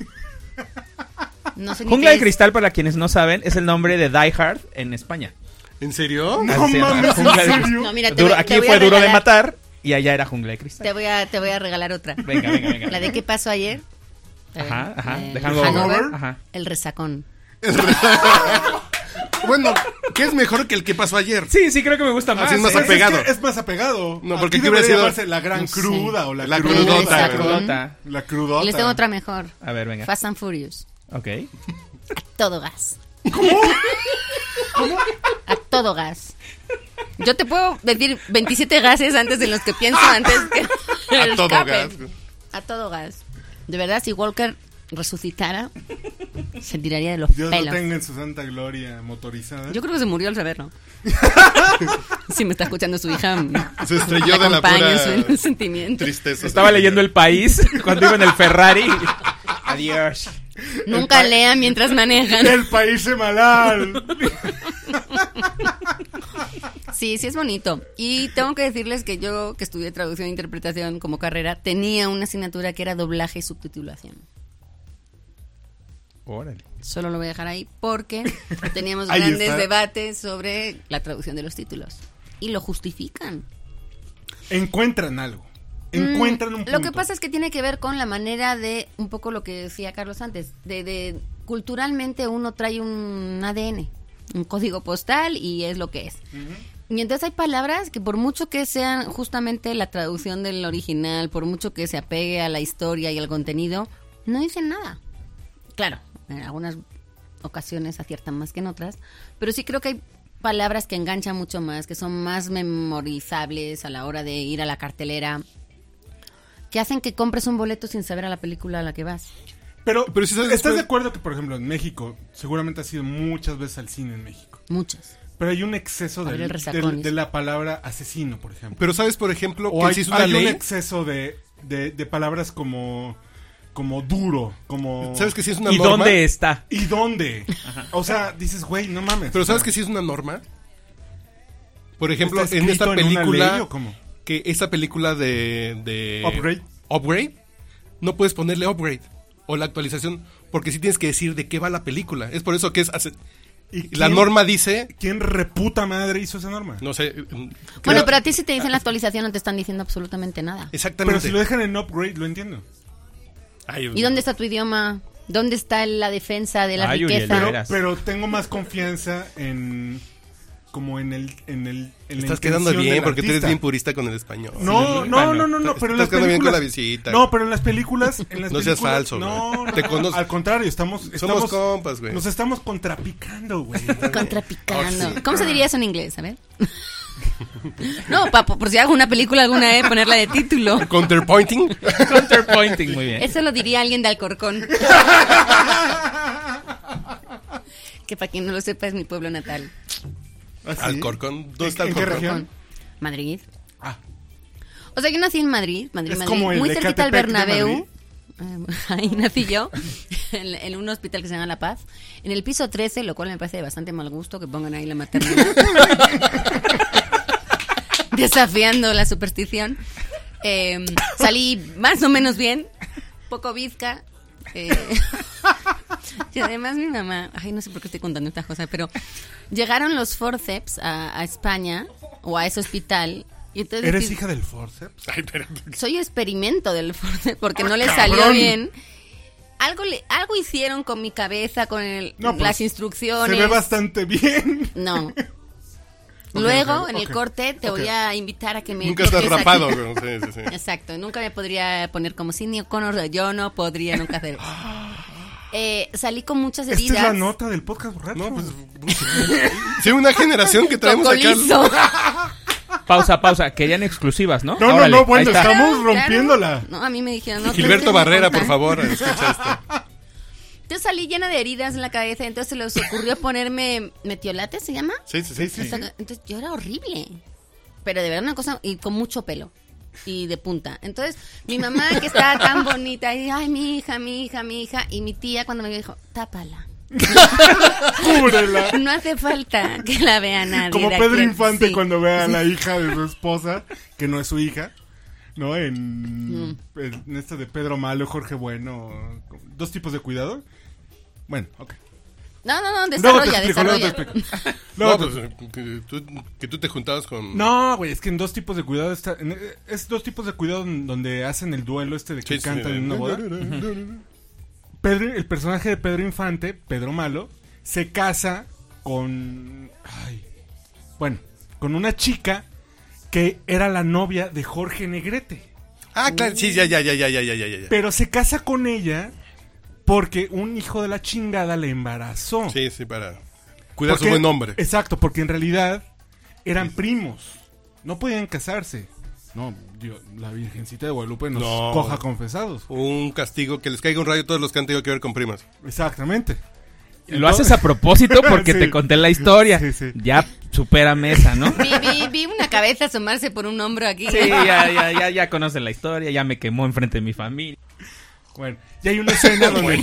No sé ni qué
Jungla de
es.
cristal, para quienes no saben, es el nombre de Die Hard en España.
¿En serio?
No
Así se llama,
mames, ¿en
Jungla de
serio?
Cristal.
No, mira, te
Duro-
voy-
aquí
te voy a
fue duro de
regalar-
matar y allá era Jungla de cristal.
Te voy a, te voy a regalar otra.
Venga, venga, venga.
La de qué pasó ayer.
Ajá, ajá.
Eh,
De Hangover.
Hangover.
Ajá.
El resacón.
Bueno, ¿qué es mejor que el que pasó ayer?
Sí, sí, creo que me gusta más.
Así es más
¿eh?
Pues es,
apegado.
que es más apegado.
No, porque
Aquí
aquí hubiera
debería
sido-
llamarse la gran
No sé.
cruda o la,
La
El
crudota,
La
resacón.
crudota.
La crudota.
Les tengo otra mejor.
A ver, venga.
Fast and Furious.
Ok.
Todo gas. A todo gas. Yo te puedo decir 27 gases antes de los que pienso antes que
A
el
todo
escape.
gas.
A todo gas. De verdad, si Walker resucitara, se tiraría de los
Dios lo
pelos.
tenga en su santa gloria motorizada.
Yo creo que se murió al saberlo. si me está escuchando su hija,
Se estrelló
me
de la
acompaña en su-
pura
en su sentimiento.
Tristeza.
Estaba leyendo El País cuando iba en el Ferrari. Adiós.
Nunca lean mientras manejan.
El país semanal.
Sí, sí es bonito. Y tengo que decirles que yo, que estudié traducción e interpretación como carrera, tenía una asignatura que era doblaje y subtitulación.
Órale.
Solo lo voy a dejar ahí porque teníamos
Ahí
grandes
está.
debates sobre la traducción de los títulos. Y lo justifican.
Encuentran algo. Encuentran un punto.
Mm, Lo que pasa es que tiene que ver con la manera de, un poco lo que decía Carlos antes, de, de culturalmente uno trae un ADN, un código postal y es lo que es. Y entonces hay palabras que por mucho que sean justamente la traducción del original, por mucho que se apegue a la historia y al contenido, no dicen nada. Claro, en algunas ocasiones aciertan más que en otras, pero sí creo que hay palabras que enganchan mucho más, que son más memorizables a la hora de ir a la cartelera, que hacen que compres un boleto sin saber a la película a la que vas.
Pero,
Pero si sabes-
¿estás de acuerdo que, por ejemplo, en México, seguramente has ido muchas veces al cine en México?
Muchas.
Pero hay un exceso
Ahora
del-
el
del-
resacón.
de la palabra asesino, por ejemplo.
Pero sabes, por ejemplo,
o
que
hay,
si es una
hay un
ley.
exceso de, de, de palabras como, como duro, como...
¿Sabes que si es una
¿Y
norma?
dónde está?
¿Y dónde? O sea, dices, güey, no mames.
Pero sabes que si es una norma. Por ejemplo,
¿Está
en
escrito
esta
en una
película.
ley o cómo?
Que esta película de, de-
Upgrade.
Upgrade, No puedes ponerle upgrade. O la actualización. Porque sí tienes que decir de qué va la película. Es por eso que es. hace-
¿Y
la
quién-
norma dice.
¿Quién reputa madre hizo esa norma?
No sé.
Bueno,
creo-
pero a ti si te dicen la actualización no te están diciendo absolutamente nada.
Exactamente.
Pero si lo dejan en upgrade, lo entiendo.
Ay,
¿Y dónde está tu idioma? ¿Dónde está la defensa de la
Ay, Uriel,
riqueza?
de
Pero,
veras.
pero tengo más confianza en. Como en el. En el en la
Estás quedando
intención
bien
del
porque tú eres
artista.
bien purista con el español.
No, no, no, no, no,
Estás
pero en las
quedando
películas.
bien con la visita.
No, pero en las películas. En las
No seas
películas-
falso,
No,
güey.
no,
Te
no,
conozco.
Al contrario, estamos. estamos
compas, güey.
Nos estamos contrapicando, güey.
Contrapicando.
Oh,
¿Cómo se diría eso en inglés? A ver. no, pa- por si hago una película alguna vez, ponerla de título.
Counterpointing.
Counterpointing, muy bien.
Eso lo diría alguien de Alcorcón. que para quien no lo sepa es mi pueblo natal.
Alcorcón. ¿Dónde está
¿En- en qué
Alcorcón?
región?
Con Madrid.
Ah.
O sea, yo nací en Madrid, Madrid,
Es
Madrid,
como el
muy cerquita al
Ecatepec de
Bernabéu. Eh, Ahí nací yo, en, en un hospital que se llama La Paz, en el piso 13, lo cual me parece de bastante mal gusto que pongan ahí la maternidad. Desafiando la superstición. Eh, salí más o menos bien, poco bizca. eh, y además mi mamá, ay, no sé por qué estoy contando estas cosas, pero llegaron los forceps a, a España o a ese hospital. Y entonces
¿Eres
pid-
hija del forceps?
Ay, espérate.
soy experimento del forceps porque no le salió
Ah, cabrón!
bien. Algo le, algo hicieron con mi cabeza, con el-
No, pues,
las instrucciones.
Se ve bastante bien.
No. Luego,
ok,
en el
ok,
corte, te voy
ok.
a invitar a que me.
Nunca estás
toques aquí.
rapado, güey. Sí, sí, sí.
Exacto, nunca me podría poner como Sidney O'Connor. Yo no podría nunca hacer. Eh, salí con muchas heridas.
Esta es la nota del podcast borracho.
No, pues. Sí, una generación que traemos acá.
Cocolizo.
Pausa, pausa. Querían exclusivas, ¿no?
No, no,
Órale,
no, bueno,
ahí está.
estamos
Claro, claro.
rompiéndola.
No, a mí me dijeron. No,
Gilberto
tú-
Barrera, por favor, escucha esto.
Entonces salí llena de heridas en la cabeza, entonces se les ocurrió ponerme metiolate, ¿se llama?
Sí, sí, sí. sí.
O sea, Entonces yo era horrible. Pero de verdad una cosa, y con mucho pelo. Y de punta. Entonces, mi mamá que estaba tan bonita, y ay, mi hija, mi hija, mi hija. Y mi tía cuando me vio dijo, tápala.
Cúbrela.
No hace falta que la vea nadie.
Como
de
Pedro
aquí".
Infante
Sí.
cuando ve a la hija de su esposa, que no es su hija, ¿no?
Mm.
En, en esta de Pedro Malo, Jorge Bueno, dos tipos de cuidado. Bueno, ok.
No, no, no,
Luego te
desarrolla,
explico, luego te
desarrolla.
explico.
No,
Luego
pues,
te-
que tú, que tú te juntabas con.
No, güey, es que en dos tipos de cuidado está. en- es dos tipos de cuidado en donde hacen el duelo este de que
Sí, sí,
cantan
sí.
en una boda. Pedro, el personaje de Pedro Infante, Pedro Malo, se casa con. Ay, bueno, con una chica que era la novia de Jorge Negrete.
Ah, claro, sí, ya, ya, ya, ya, ya, ya, ya. ya.
Pero se casa con ella porque un hijo de la chingada le embarazó.
Sí, sí, para cuidar su
Porque-
buen nombre.
Exacto, porque en realidad eran primos. No podían casarse. No, Dios, la Virgencita de Guadalupe nos
No.
coja confesados.
Un castigo que les caiga un rayo a todos los que han tenido que ver con primas.
Exactamente.
Lo haces a propósito porque
Sí.
te conté la historia.
Sí, sí.
Ya supera mesa, ¿no?
Vi, vi, vi una cabeza asomarse por un hombro aquí.
Sí, ya, ya, ya, ya conocen la historia, ya me quemó enfrente de mi familia.
Bueno, y hay una escena donde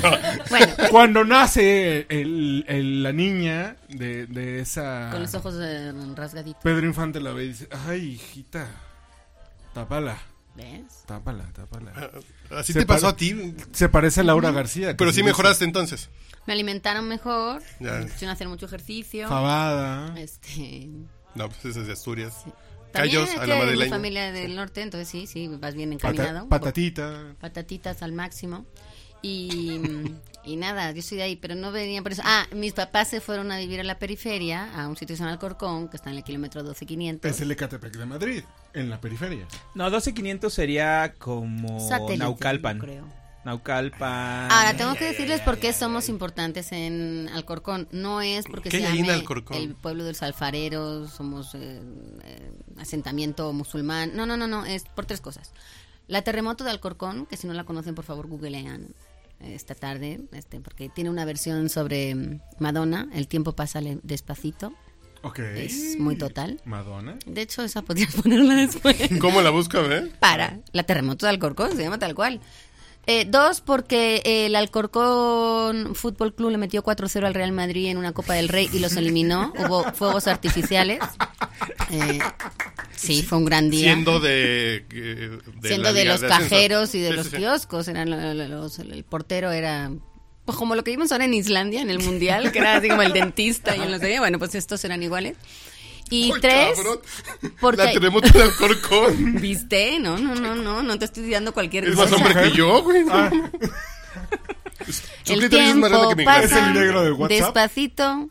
Bueno,
cuando nace el- el- la niña de, de esa...
con los ojos eh, rasgaditos.
Pedro Infante la ve y dice, ay, hijita, tápala,
¿Ves?
tápala, tápala.
Ah, Así
Se
te pasó
para-
a ti.
Se parece a Laura García. que
Pero
se
sí
dice
mejoraste entonces.
Me alimentaron mejor,
Ya.
me pusieron a hacer mucho ejercicio.
Fabada.
Este,
No, pues ese es de Asturias.
También
Callos
es
a
que
la
mi
madrileña.
familia del norte, entonces sí, sí, vas bien
pata-
encaminado.
patatita.
Patatitas al máximo. Y, y nada, yo soy de ahí, pero no venía por eso. Ah, mis papás se fueron a vivir a la periferia, a un sitio que se llama Alcorcón, que está en el kilómetro 12500.
Es el Ecatepec de Madrid, en la periferia.
No, 12500 sería como
Satélite,
Naucalpan.
yo creo.
Naucalpan.
Ahora, tengo que decirles por qué somos importantes en Alcorcón. No es porque
¿Qué
se
hay en
llame
Alcorcón?
el pueblo de los alfareros, somos eh, eh, asentamiento musulmán. No, no, no, no, es por tres cosas. La terremoto de Alcorcón, que si no la conocen, por favor, googlean eh, esta tarde, este, porque tiene una versión sobre mm, Madonna, El tiempo pasa le- despacito.
Ok.
Es muy total.
Madonna.
De hecho, esa podrías ponerla después.
¿Cómo la busco, eh?
Para, la terremoto de Alcorcón, se llama tal cual. Eh, dos, porque eh, el Alcorcón Fútbol Club le metió 4-0 al Real Madrid en una Copa del Rey y los eliminó. Hubo fuegos artificiales. Eh, sí, fue un gran día.
Siendo de. eh, de
Siendo
la
de
Liga
los
Ascenso.
cajeros y de
Sí,
los
sí, sí.
kioscos. Eran lo- lo- los- el portero era. Pues como lo que vimos ahora en Islandia, en el Mundial, que era así como el dentista y en los de. Bueno, pues estos eran iguales. Y
¡Ay,
tres.
cabrón!
porque-
La tenemos de Alcorcón.
¿Viste? No, no, no, no, no te estoy dando cualquier
Es más
cosa.
hombre que yo, güey.
Ah.
Su
El
clítoris es más grande
tiempo
que mi
pasa
cabeza.
Es el negro de WhatsApp.
despacito.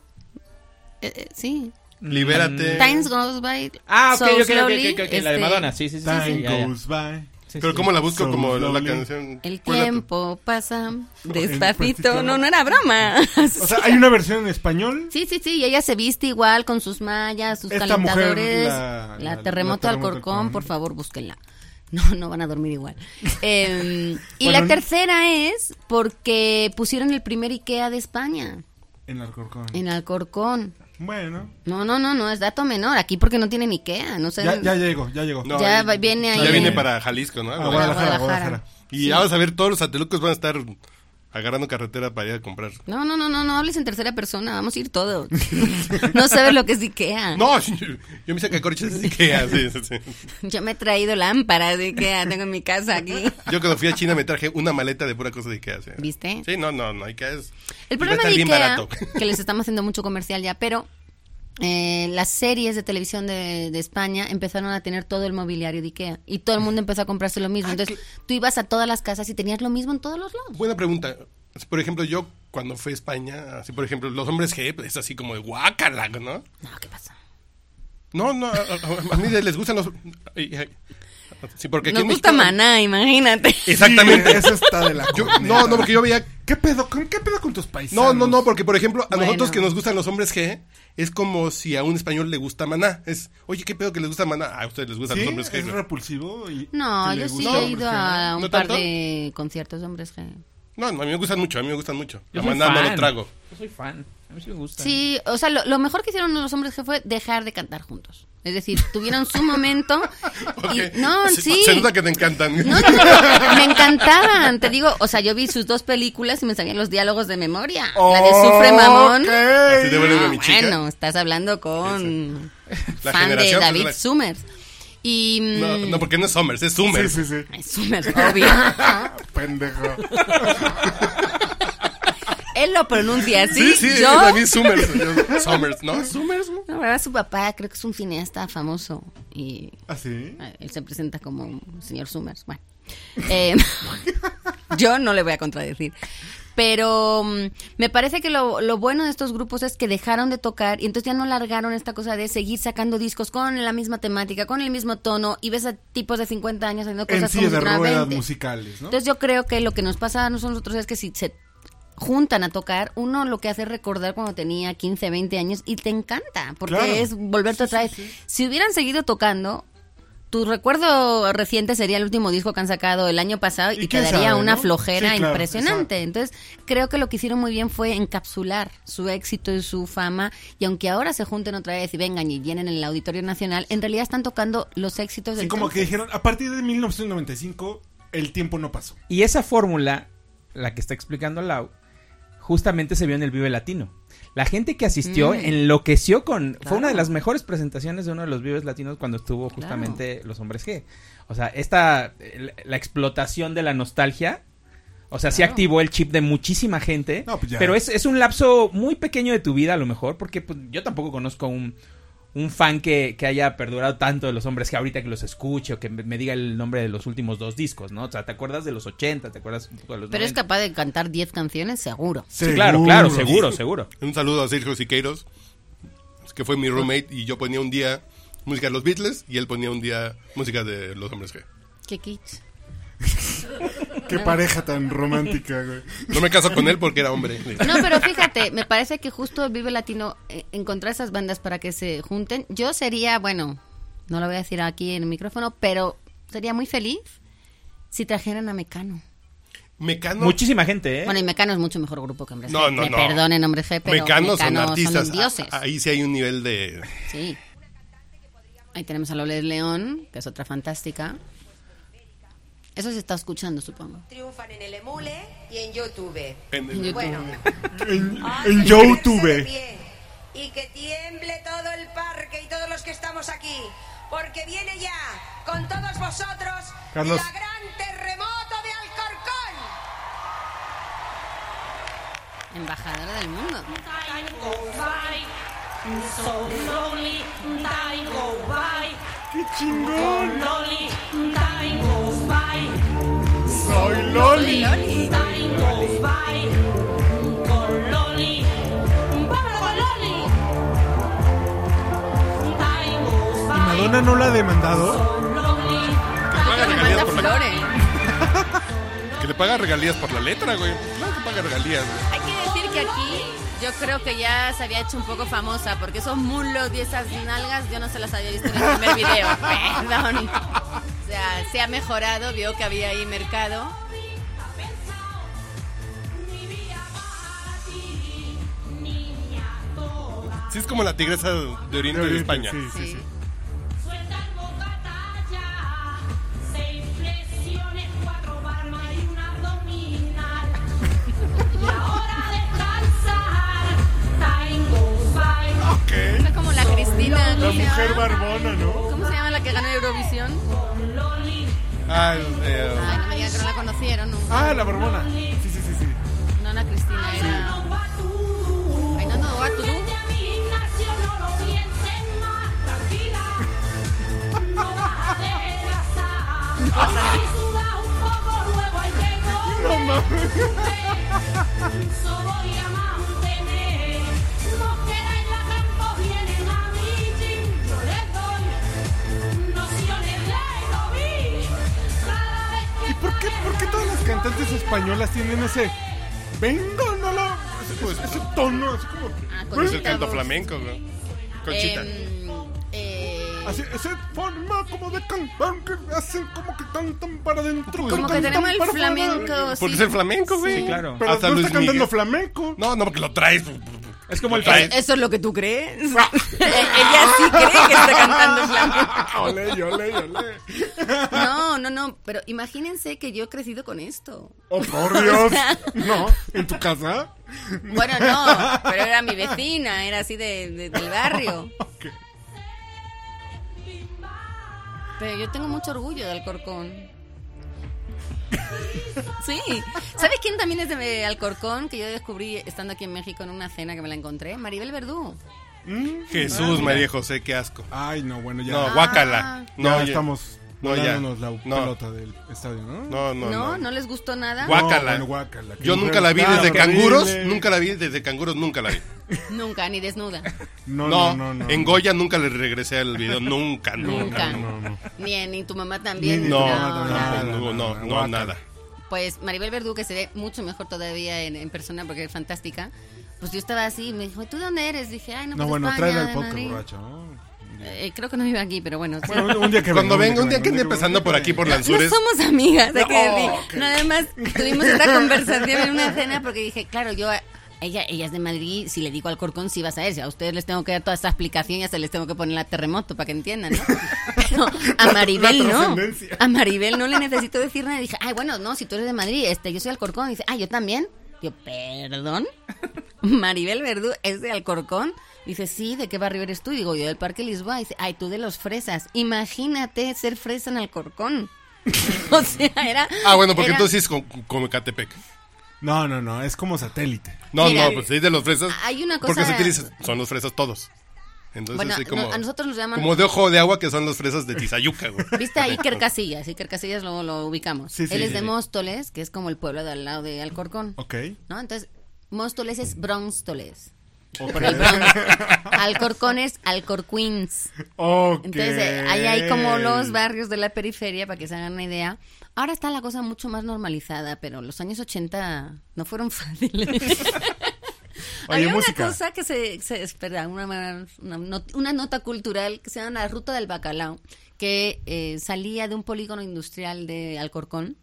Eh, eh, sí.
Eh.
Libérate.
Mm,
Times goes by.
Ah, ok,
so
yo creo
slowly,
que la de
este,
Madonna, sí, sí, sí.
Time
sí, ya, ya.
goes by.
Sí,
Pero
sí.
¿cómo la busco?
So
como la
lovely.
canción.
El
¿Cuál es la-
tiempo pasa
despacito.
despacito. No, no era broma.
O sea, hay una versión en español.
Sí, sí, sí. Y ella se viste igual con sus mallas, sus
Esta mujer,
calentadores. la,
la- la-
terremoto
la
al
Terremoto
corcón,
Alcorcón.
por favor, búsquenla. No, no van a dormir igual. Eh, y
Bueno,
la
n-
tercera es porque pusieron el primer IKEA de España,
En Alcorcón.
en Alcorcón.
Bueno.
No, no, no, no, es dato menor. Aquí porque no tienen IKEA, ah, no sé.
Ya, ya llegó, ya llegó.
No,
Ya
ahí-
va- viene ahí.
Ya viene para Jalisco, ¿no?
A
Ahora.
Guadalajara,
Guadalajara.
Guadalajara.
Y ya vas a ver, todos los satelucos van a estar agarrando carretera para ir a comprar.
No, no, no, no, no hables en tercera persona, vamos a ir todos. no sabes lo que es ah. IKEA.
No, yo, yo me saqué corchas de Ikea. sí, sí, sí.
Yo me he traído lámparas de IKEA, tengo en mi casa aquí.
Yo cuando fui a China me traje una maleta de pura cosa de Ikea. Sí,
¿Viste?
Sí, no, no, no, Ikea es...
El
y va a
problema
estar
de
bien
Ikea,
barato.
que les estamos haciendo mucho comercial ya, pero eh, las series de televisión de, de España empezaron a tener todo el mobiliario de Ikea y todo el mundo empezó a comprarse lo mismo. Entonces tú ibas a todas las casas y tenías lo mismo en todos los lados.
Buena pregunta. Por ejemplo, yo cuando fui a España, así por ejemplo, los hombres G, pues, es así como de guácala, ¿no?
No, ¿qué pasa?
No, no, a, a- a mí les gustan los... ay, ay. Sí, porque aquí
Nos
en
gusta
México-
maná, imagínate.
Exactamente.
Sí, eso está de la
Yo-
corneta.
no, no, porque yo veía
¿Qué pedo, con, ¿Qué pedo con tus países?
No, no, no, porque por ejemplo, a
Bueno.
nosotros que nos gustan los hombres G, es como si a un español le gusta maná. Es, oye, ¿qué pedo que les gusta maná? Ah, a ustedes les gustan
¿Sí?
los hombres G.
¿Es
güey.
repulsivo? y-
No,
que le
yo sí
gusta
he
hombres
ido
que-
a un
¿No
par
tanto?
de conciertos de hombres que...
No, no, a mí me gustan mucho, a mí me gustan mucho. La
Yo soy
maná no
fan.
lo trago.
Yo soy fan. A mí sí me gusta.
Sí, o sea, lo, lo mejor que hicieron los hombres que fue dejar de cantar juntos. Es decir, tuvieron su momento y
Ok.
no,
Se-
sí.
Se nota que te encantan.
No, no, no, me encantaban, te digo, o sea, yo vi sus dos películas y me sabían los diálogos de memoria. la de Sufre Mamón.
Así de
Ok.
bueno,
No,
mi chica.
ah, bueno, estás hablando con
La
fan de
generación, pues,
David
la-
Summers. Y mm,
No, no, porque no es Summers, es
Sí,
Summers.
sí, sí.
ay, Summers, obvio.
Pendejo.
Él lo pronuncia así.
Sí, sí, es
yo
David Summers. Yo- Summers, ¿no? Summers, güey.
La verdad, su papá creo que es un cineasta famoso y
¿Ah, ¿Así?
eh, él se presenta como un señor Summers. Bueno, Eh, yo no le voy a contradecir. Pero mm, me parece que lo, lo bueno de estos grupos es que dejaron de tocar y entonces ya no largaron esta cosa de seguir sacando discos con la misma temática, con el mismo tono y ves a tipos de 50 años haciendo
En
cosas como
silla
si
de
tuvieran
ruedas
20.
musicales, ¿no?
Entonces yo creo que lo que nos pasa a nosotros es que si se juntan a tocar, uno lo que hace es recordar cuando tenía 15, 20 años y te encanta, porque
Claro.
es volverte otra vez. Si hubieran seguido tocando, tu recuerdo reciente sería el último disco que han sacado el año pasado
Y
y, te
quién
daría
sabe,
una
¿no?
flojera
Sí, claro,
impresionante. Entonces creo que lo que hicieron muy bien fue encapsular su éxito y su fama y aunque ahora se junten otra vez y vengan y vienen en el Auditorio Nacional, en realidad están tocando los éxitos del
Sí, como que dijeron, a partir de 1995, el tiempo no pasó.
Y esa fórmula, la que está explicando Lau, justamente se vio en el Vive Latino. La gente que asistió
Mm.
enloqueció con... Fue una de
Claro.
las mejores presentaciones de uno de los Vives Latinos cuando estuvo justamente los hombres G. O sea, esta... el- La explotación de la nostalgia. O sea, sí
Claro.
activó el chip de muchísima gente.
No, pues ya.
pero es, es un lapso muy pequeño de tu vida a lo mejor, porque pues, yo tampoco conozco un... Un fan que, que haya perdurado tanto de los hombres que ahorita que los escuche o que me, me diga el nombre de los últimos dos discos, ¿no? O sea, ¿te acuerdas de los 80? ¿Te acuerdas un poco de los
Pero es
90?
capaz de cantar 10 canciones, seguro.
Sí, claro, claro, seguro, seguro.
Un saludo a Sergio Siqueiros, que fue mi roommate, y yo ponía un día música de los Beatles y él ponía un día música de los hombres G.
Qué kitsch.
Qué pareja tan romántica, güey.
No me caso con él porque era hombre.
No, pero fíjate, me parece que justo el Vive Latino eh, encontrar esas bandas para que se junten. Yo sería, bueno, no lo voy a decir aquí en el micrófono, pero sería muy feliz si trajeran a Mecano.
Mecano.
Muchísima gente, ¿eh?
Bueno, y Mecano es mucho mejor grupo que Hombre G.
No, no,
me
no.
perdonen, Hombre G, pero
Mecano
Mecano,
son artistas.
son dioses.
A- Ahí sí hay un nivel de.
Sí. Ahí tenemos a Loles León, que es otra fantástica. Eso se está escuchando, supongo.
Triunfan en el emule y en YouTube.
En
En el-
YouTube.
Bueno. Ay,
En
que ponerse de
YouTube.
pie Y que tiemble todo el parque y todos los que estamos aquí. Porque viene ya con todos vosotros
Carlos.
la gran terremoto de Alcorcón.
Embajadora del mundo.
¡Qué chingón! ¡Soy Loli! ¿Y Madonna no la ha demandado?
Que paga
Me
regalías
manda
por la,
flores.
que le paga regalías por la letra, güey. Claro que paga regalías, güey.
Hay que decir que aquí yo creo que ya se había hecho un poco famosa porque esos muslos y esas nalgas yo no se las había visto en el primer video. Perdón. O sea, se ha mejorado, vio que había ahí mercado.
Sí, es como la tigresa de Oriente de España.
Sí, sí,
Sí.
sí. Ok.
Eso es como la Cristina. ¿cómo
La
se
mujer
llama?
barbona, ¿no?
¿Cómo se llama la que ganó Eurovisión?
Ah, el, eh,
Ay, no me digan que no la conocieron. nunca.
Ah, la barbona. Sí, sí, sí, sí.
No, Ana Cristina era. Ay, no, no, Watu.
No mames. ¿Y por qué, por qué todas las cantantes españolas tienen ese vengo, no lo. Ese, pues, ese tono, así como.
Ah, con
es
esta
el canto
voz.
flamenco, güey. Conchita.
Em, eh,
Así, esa forma como de cantar, que hacen como que cantan para adentro.
como que
cantan
tenemos el
para afuera.
flamenco.
Porque
sí.
es el flamenco, güey.
Sí, claro.
Pero
Hasta
no
Luis
está cantando
Miguel.
flamenco.
No, no, porque lo traes.
Es como el
Lo traes.
Eh, ¿Eso es lo que tú crees? Ella sí cree que está cantando flamenco.
olé, olé, olé.
No, no, no, pero imagínense que yo he crecido con esto.
Oh, por Dios. No, en tu casa.
Bueno, no, pero era mi vecina, era así de, de- del barrio.
Ok.
Pero yo tengo mucho orgullo de Alcorcón. Sí. ¿Sabes quién también es de Alcorcón? Que yo descubrí estando aquí en México en una cena que me la encontré. Maribel Verdú.
Jesús, María José, qué asco.
Ay, no, bueno, ya.
No,
Ah.
guácala. No,
ya
oye.
estamos
No, ya.
dándonos la
No.
pelota del estadio, ¿no?
No,
No, no,
no,
no.
les gustó nada.
Guau. Guácala.
bueno, guácala.
Yo
Que
nunca la vi
está
desde
horrible.
canguros. Nunca la vi desde canguros, nunca la vi.
Nunca, ni desnuda.
No,
No,
no, no. no,
en
no.
Goya nunca le regresé al video. Nunca, nunca.
Nunca. Ni, ni tu mamá también.
Ni-
No,
No,
nada.
no, no, no, no,
Ah, Guácala.
nada.
Pues Maribel Verdú, que se ve mucho mejor todavía en, en persona porque es fantástica. Pues yo estaba así, me dijo, ¿tú de dónde eres? Dije, ay, no,
No,
pues,
bueno,
España,
tráela
de
al podcast,
Madrid".
borracho, ¿no?
Eh, creo que no vive aquí, pero bueno. sí.
Bueno, un día que
Cuando venga, un día que
venga,
ande empezando por aquí por
No,
Lanzures.
No somos amigas, hay que
No,
decir. No, además, tuvimos esta conversación en una cena porque dije, claro, yo. a- Ella, ella es de Madrid, si le digo al Corcón, sí vas a ver. Si a ustedes les tengo que dar toda esa explicación, ya se les tengo que poner la terremoto para que entiendan, ¿no? Pero a Maribel
la
no.
trascendencia.
A Maribel no le necesito decir nada. Dije, ay, bueno, no, si tú eres de Madrid, este, yo soy Alcorcón. Dice, ah, yo también. Yo, perdón. Maribel Verdú es de Alcorcón. Dice, sí, ¿de qué barrio eres tú? Y digo, yo del Parque Lisboa. Dice, ay, tú de los fresas. Imagínate ser fresa en Alcorcón. o sea, era.
Ah, bueno, porque
era-
entonces es con- como Catepec.
No, no, no, es como satélite.
No,
Mira,
no, pues es de los fresas.
hay una cosa-
Porque se utiliza, son los fresas todos. Entonces,
Bueno,
sí, como,
no, a nosotros nos llaman-
como de ojo de agua que son los fresas de Tizayuca, güey.
Viste a Iker Casillas, Iker Casillas lo, lo ubicamos.
Sí, sí,
Él es
sí,
de
sí.
Móstoles, que es como el pueblo de al lado de Alcorcón.
Ok.
¿No? Entonces, Móstoles es Bronstoles.
Ok.
Pero el Bronx- Alcorcón es Alcorquins.
Ok.
Entonces, eh, ahí hay como los barrios de la periferia, para que se hagan una idea. Ahora está la cosa mucho más normalizada, pero los años 80 no fueron fáciles.
Oye,
Había
música.
una cosa que se, se- espera, una, una not- una nota cultural que se llama la ruta del bacalao, que eh, salía de un polígono industrial de Alcorcón.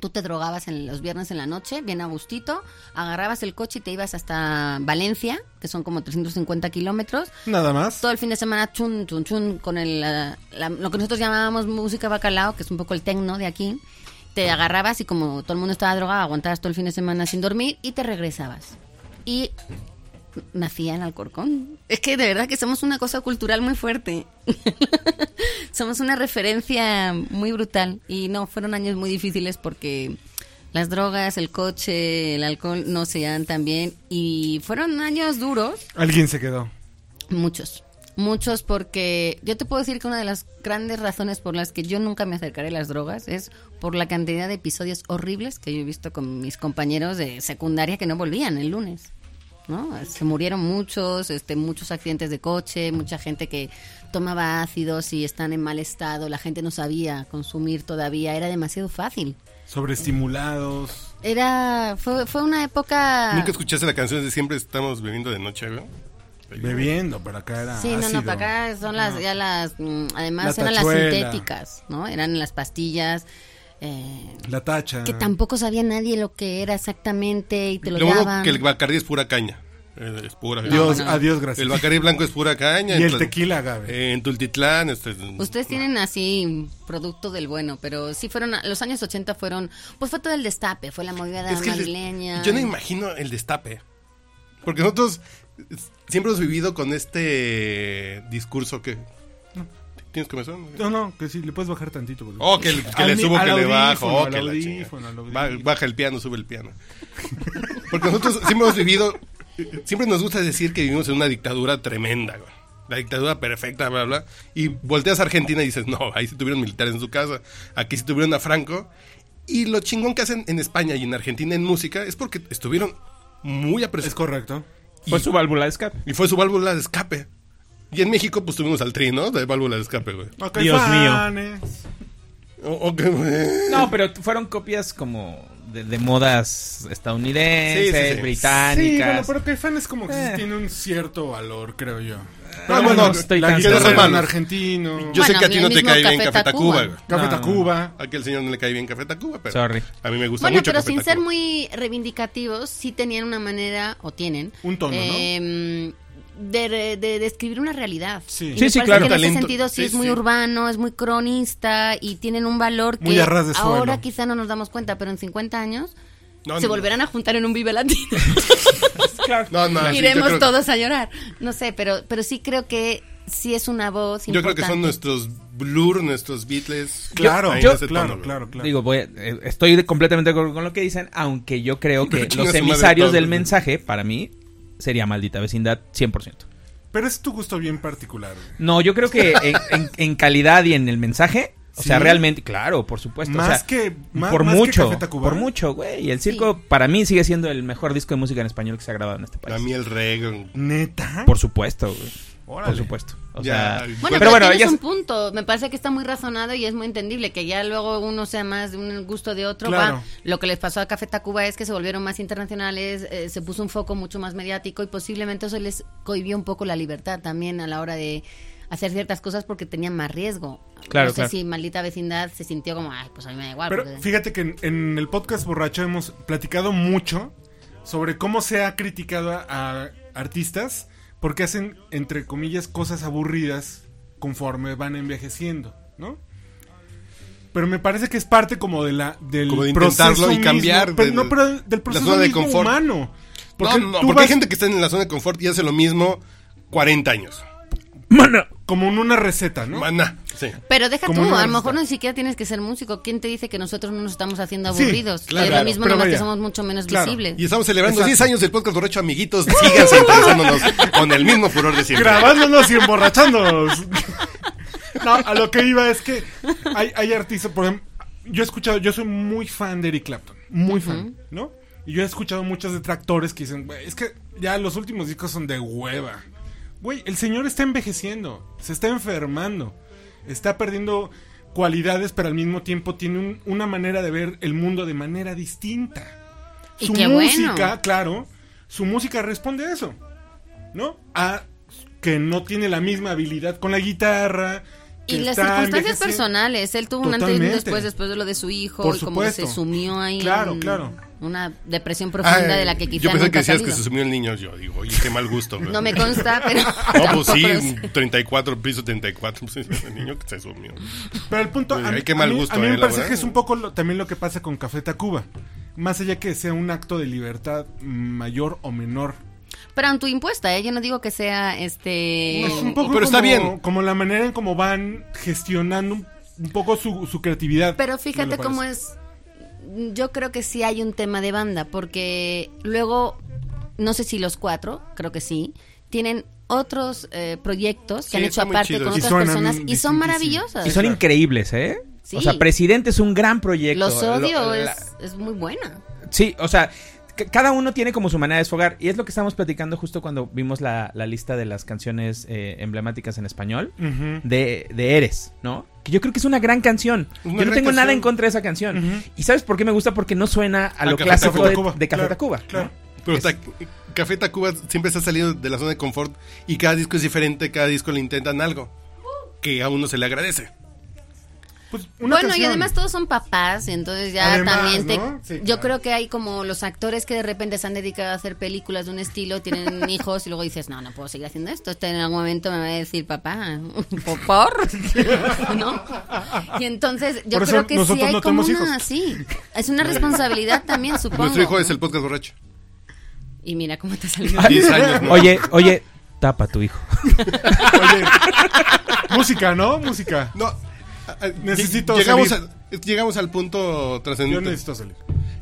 Tú te drogabas en los viernes en la noche, bien a gustito, agarrabas el coche y te ibas hasta Valencia, que son como 350 kilómetros,
Nada más.
todo el fin de semana chun chun chun con el, la- la- lo que nosotros llamábamos música bacalao, que es un poco el tecno de aquí. te agarrabas y como todo el mundo estaba drogado, aguantabas todo el fin de semana sin dormir y te regresabas. Y nací en Alcorcón. Es que de verdad que somos una cosa cultural muy fuerte. somos una referencia muy brutal. Y no, fueron años muy difíciles porque las drogas, el coche, el alcohol no se dan tan bien. Y fueron años duros.
Alguien se quedó.
Muchos. Muchos porque yo te puedo decir que una de las grandes razones por las que yo nunca me acercaré a las drogas es por la cantidad de episodios horribles que yo he visto con mis compañeros de secundaria que no volvían el lunes. ¿no? Se murieron muchos, este, muchos accidentes de coche, mucha gente que tomaba ácidos y están en mal estado, la gente no sabía consumir todavía, era demasiado fácil.
Sobreestimulados.
Era, fue, fue una época...
¿Nunca escuchaste la canción de Siempre estamos bebiendo de noche, güey?
Bebiendo, pero acá era.
Ah,
Sí, no,
ácido.
no, para acá son las, ya las, mm, además
La
eran las
tachuela.
sintéticas, ¿no? Eran las pastillas, eh,
La tacha.
que tampoco sabía nadie lo que era exactamente y te lo,
Ah. Lo único
daban.
que el Bacardí es pura caña. Eh, Es pura.
Dios,
No, no.
adiós,
El
gracias.
Bacardí blanco es pura caña.
y
en
el
Tla-
tequila, Gabe.
eh, en Tultitlán. Este,
Ustedes tienen así un producto del bueno, pero sí fueron, los años 80 fueron, pues fue todo el destape, fue la movida
Es que el des-
madrileña.
yo no imagino el destape. Porque nosotros es- siempre hemos vivido con este discurso que. ¿Tienes comezón?
No, no, que sí, le puedes bajar tantito. porque-
Oh, que, el- que le
Al mi-
subo,
al
que le
audífono,
bajo. oh,
al
que la
audífono,
chingada.
al
Ba-
audífono.
Baja el piano, sube el piano. Porque nosotros siempre hemos vivido. Siempre nos gusta decir que vivimos en una dictadura tremenda, güey. La dictadura perfecta, bla, bla. Y volteas a Argentina y dices, no, ahí sí tuvieron militares en su casa. Aquí sí tuvieron a Franco. Y lo chingón que hacen en España y en Argentina en música es porque estuvieron muy
Es
apresurado
correcto.
Fue su válvula de escape.
Y fue su válvula de escape. Y en México, pues tuvimos al tri, ¿no? De válvula de escape, güey.
Ok,
Dios mío.
fanes.
Oh,
O- o que-
No, pero t- fueron copias como de, de modas
Sí, sí,
estadounidenses,
sí.
Sí, bueno,
británicas.
pero Caifán es como que sí
Eh.
tiene un cierto valor, creo yo.
Ah,
no,
bueno,
no estoy
la
tan
guitarra
seguro.
pan argentino.
Yo sé
Bueno,
que a ti
el
no te
mismo
cae bien
Café
Café
Tacuba.
Tacuba. güey.
Café
No.
Tacuba.
A aquel señor no le cae bien Café Tacuba, pero
Sorry.
a mí me gusta
Bueno,
mucho
pero
Café
sin
Tacuba.
ser muy reivindicativos, sí tenían una manera, o tienen,
Un tono, ¿no?
em, de, re- de describir una realidad.
Sí.
Y me
Sí, sí,
parece
claro.
que en ese
Talento.
sentido sí,
Sí,
es muy
sí.
urbano, es muy cronista y tienen un valor que
Muy a ras de suelo.
ahora quizá no nos damos cuenta, pero en 50 años
No,
se
no,
volverán a juntar en un Vive Latino.
Claro.
No, no, sí, yo
Iremos
creo-
todos a llorar. No sé, pero, pero sí creo que sí es una voz
Yo creo que son
importante.
nuestros Blur, nuestros Beatles.
Claro,
Ahí
yo-
en ese tono,
claro,
güey.
claro, claro.
Digo, voy a- eh, estoy de- completamente de acuerdo con lo que dicen, aunque yo creo que
Pero chinga
los
su madre
emisarios
todos,
del
¿no?
mensaje, para mí, sería maldita vecindad 100%.
Pero es tu gusto bien particular. güey.
No, yo creo que en, en- en calidad y en el mensaje, o
Sí.
sea, realmente, claro, por supuesto. o
Más
sea,
que- más-
por
más que
mucho,
Café Tacuba.
por mucho, güey. Y el circo, para mí, sigue siendo el mejor disco de música en español que se ha grabado en este país.
La miel Reagan.
Neta.
Por supuesto, güey.
Órale.
Por supuesto. O
Ya.
sea,
Bueno,
Pero
pero,
bueno,
tienes
ya-
un punto. Me parece que está muy razonado y es muy entendible que ya luego uno sea más de un gusto de otro.
Claro.
va. Lo que les pasó a Café Tacuba es que se volvieron más internacionales, eh, se puso un foco mucho más mediático y posiblemente eso les cohibió un poco la libertad también a la hora de hacer ciertas cosas porque tenían más riesgo.
Claro,
no sé
claro.
si maldita vecindad se sintió como, ay, pues a mí me da igual.
Pero
porque-
fíjate que en, en el podcast borracho hemos platicado mucho sobre cómo se ha criticado a, a artistas porque hacen, entre comillas, cosas aburridas conforme van envejeciendo, ¿no? Pero me parece que es parte como de la del
Como de intentarlo
proceso
y cambiar
pero,
del-
no, pero del
la
proceso
zona de
mismo
confort.
humano.
Porque, no, no,
tú
porque hay
vas
gente que está en la zona de confort y hace lo mismo 40 años.
como en una receta, ¿no?
Maná. Sí.
Pero deja tú,
Como no
a lo
está.
mejor ni siquiera tienes que ser músico. ¿Quién te dice que nosotros no nos estamos haciendo aburridos?
Sí, claro,
es lo
claro,
mismo,
pero
nomás que
vaya.
somos mucho menos
Claro.
visibles.
Y estamos celebrando
Exacto.
10 años del podcast borracho, amiguitos. Síganse interesándonos con el mismo furor de siempre.
grabándonos y emborrachándonos. No, a lo que iba es que hay, hay artistas, por ejemplo, yo he escuchado, yo soy muy fan de Eric Clapton, muy fan, ¿no? Y yo he escuchado muchos detractores que dicen, "Güey, es que ya los últimos discos son de hueva. Güey, el señor está envejeciendo, se está enfermando, está perdiendo cualidades, pero al mismo tiempo tiene un- una manera de ver el mundo de manera distinta.
Y
Su
qué bueno.
música, claro, su música responde a eso. ¿no? A que no tiene la misma habilidad con la guitarra.
Y
que
las
está
circunstancias
envejeciendo.
personales, él tuvo un antes y un
Totalmente.
después después de lo de su hijo
Por
y como que se
supuesto.
sumió ahí.
Claro,
en-
claro.
Una depresión profunda
Ah,
de la que quizás
Yo pensé
nunca
que
ha
decías que
salido.
se sumió el niño. Yo digo, oye, qué mal gusto. güey.
No me consta, pero.
No, pues sí,
tampoco lo sé.
un 34, piso 34. Pues, el niño que se sumió.
Pero el punto.
Oye,
a, mí-
qué
a
mal
mí,
gusto,
a mí
eh,
me
la
parece
verdad.
que es un poco lo- también lo que pasa con Café Tacuba. Más allá que sea un acto de libertad mayor o menor.
Pero en tu impuesta, ¿eh? Yo no digo que sea este.
Es un poco
pero está
como-
bien.
Como la manera en cómo van gestionando un, un poco su, su creatividad.
Pero fíjate cómo es. Yo creo que sí hay un tema de banda, porque luego, no sé si los cuatro, creo que sí, tienen otros eh, proyectos que
Sí,
han hecho
están muy
aparte
chidos.
con
Y
otras
suenan
personas y
distintísimo.
son maravillosas.
Y son increíbles, ¿eh?
Sí.
O sea, Presidente es un gran proyecto.
los odio
Lo-
es,
la-
es muy buena.
Sí, o sea, c- cada uno tiene como su manera de desfogar. Y es lo que estábamos platicando justo cuando vimos la, la lista de las canciones eh, emblemáticas en español
Ujú.
de, de Eres, ¿no? Que yo creo que es una gran canción.
Una
yo no
gran
tengo nada
canción.
en contra de esa canción.
Ujú.
¿Y sabes por qué me gusta? Porque no suena a lo
Café
clásico
Tacuba.
de,
Tacuba,
de Café
claro,
Tacuba. ¿no?
claro.
Pero ta- Café Tacuba siempre está saliendo de la zona de confort y cada disco es diferente, cada disco le intentan algo que a uno se le agradece.
Pues, una
bueno, y
canción.
además todos son papás, y entonces ya
Además,
también te-
¿no? Sí,
yo
claro.
creo que hay como los actores que de repente se han dedicado a hacer películas de un estilo, tienen hijos y luego dices, no, no puedo seguir haciendo esto, este en algún momento me va a decir papá, ¿po- ¿por? ¿No? Y entonces yo
Por eso
creo que sí
nosotros
hay
no
como
tenemos hijos.
una así. Es una responsabilidad también, supongo.
Nuestro hijo es el podcast borracho.
Y mira cómo te salió.
Ah,
10 años, ¿no?
Oye, oye, tapa a tu hijo.
Música, ¿no? Música.
No, a- a-
Necesito
llegamos,
salir.
al- llegamos al punto
Yo
trascendente.
necesito salir.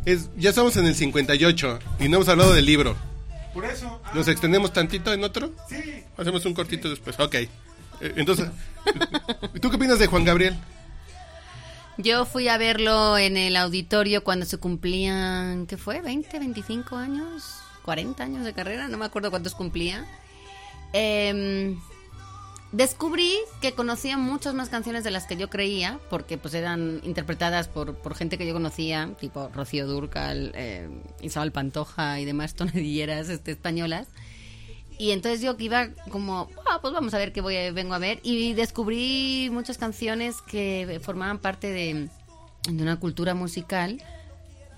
Es- ya estamos en el 58 y no hemos hablado del libro.
Por eso. ah,
¿Nos extendemos tantito en otro?
Sí.
Hacemos un cortito después. Ok. Eh, Entonces, ¿tú qué opinas de Juan Gabriel?
Yo fui a verlo en el auditorio cuando se cumplían, ¿qué fue? ¿20, 25 años? ¿40 años de carrera? No me acuerdo cuántos cumplía. Em, descubrí que conocía muchas más canciones de las que yo creía, porque pues eran interpretadas por, por gente que yo conocía, tipo Rocío Durcal, eh, Isabel Pantoja y demás tonadilleras este, españolas. Y entonces yo que iba como, "Ah, pues vamos a ver qué voy a- vengo a ver. Y descubrí muchas canciones que formaban parte de, de una cultura musical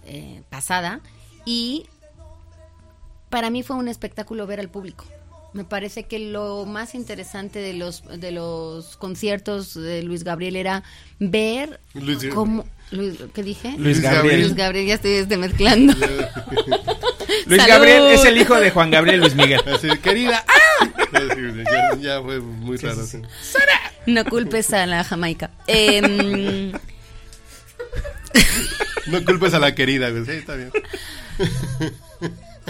eh, pasada. Y para mí fue un espectáculo ver al público. Me parece que lo más interesante de los, de los conciertos de Luis Gabriel era ver
Luis-
cómo... Luis- ¿Qué dije?
Luis
Luis
Gabriel.
Gabriel, ya estoy este, mezclando.
Luis
¡Salud!
Gabriel es el hijo de Juan Gabriel Luis Miguel.
Así, querida. ¡ah! Ya, ya fue muy raro. sí.
No culpes a la Jamaica. Em,
No culpes a la querida, güey. Sí, está bien.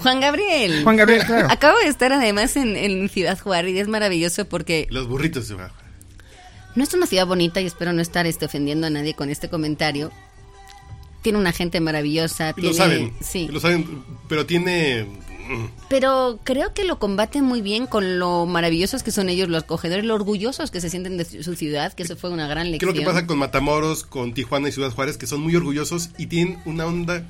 Juan Gabriel.
Juan Gabriel, claro.
Acabo de estar además en, en Ciudad Juárez y es maravilloso porque
Los burritos se bajan.
no es una ciudad bonita y espero no estar este, ofendiendo a nadie con este comentario. Tiene una gente maravillosa.
Y
tiene-
lo saben.
Sí.
Lo saben, pero tiene.
Pero creo que lo combaten muy bien con lo maravillosos que son ellos, los acogedores, lo orgullosos que se sienten de su su ciudad, que eso fue una gran
¿Qué es
lección.
lo que pasa con Matamoros, con Tijuana y Ciudad Juárez? Que son muy orgullosos y tienen una onda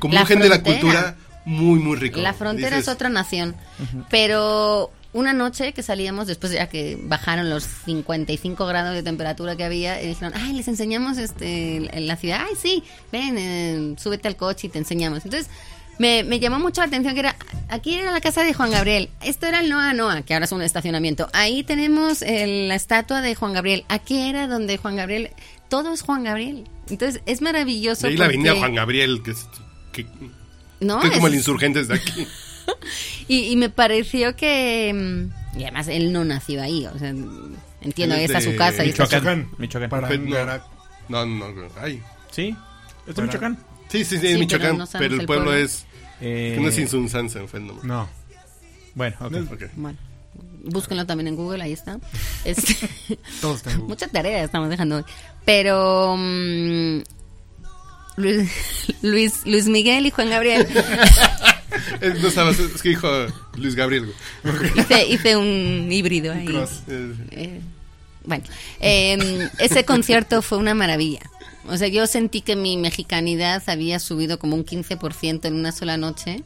como
La
un gen de la
frontera.
cultura muy, muy rico.
La frontera
Dices,
es otra nación. Pero una noche que salíamos, después ya que bajaron los 55 grados de temperatura que había, y dijeron, ay, les enseñamos este en la ciudad. Ay, sí, ven, eh, súbete al coche y te enseñamos. Entonces, me, me llamó mucho la atención que era, aquí era la casa de Juan Gabriel, esto era el Noa Noa, que ahora es un estacionamiento. Ahí tenemos el- la estatua de Juan Gabriel, aquí era donde Juan Gabriel, todo es Juan Gabriel. Entonces, es maravilloso.
De ahí la avenida
porque-
Juan Gabriel, que es, que,
No,
que es como
es-
el insurgente de aquí.
Y, y me pareció que. mm, Y además él no nació ahí, o sea, entiendo,
Él es
esa es su
de
casa. y está-
Michoacán.
Michoacán.
Michoacán.
Para
Pues no. No, no, no. Ay.
¿Sí? ¿Esto es Michoacán?
Sí, sí, sí,
pero
es Michoacán,
no sabemos
pero el
el
pueblo,
pueblo.
es.
Eh,
No es Insunsanza, fue el nombre.
No.
Bueno, ok.
Ok.
Bueno, búsquenlo también en Google, ahí está. Este,
Todos están en Google.
mucha tarea estamos dejando hoy. Pero. mm, Luis, Luis, Luis Miguel y Juan Gabriel.
Eh, No sabes, es que dijo Luis Gabriel. güey.
hice, hice un híbrido ahí.
Eh,
Eh, bueno, eh, ese concierto fue una maravilla. O sea, yo sentí que mi mexicanidad había subido como un 15% en una sola noche.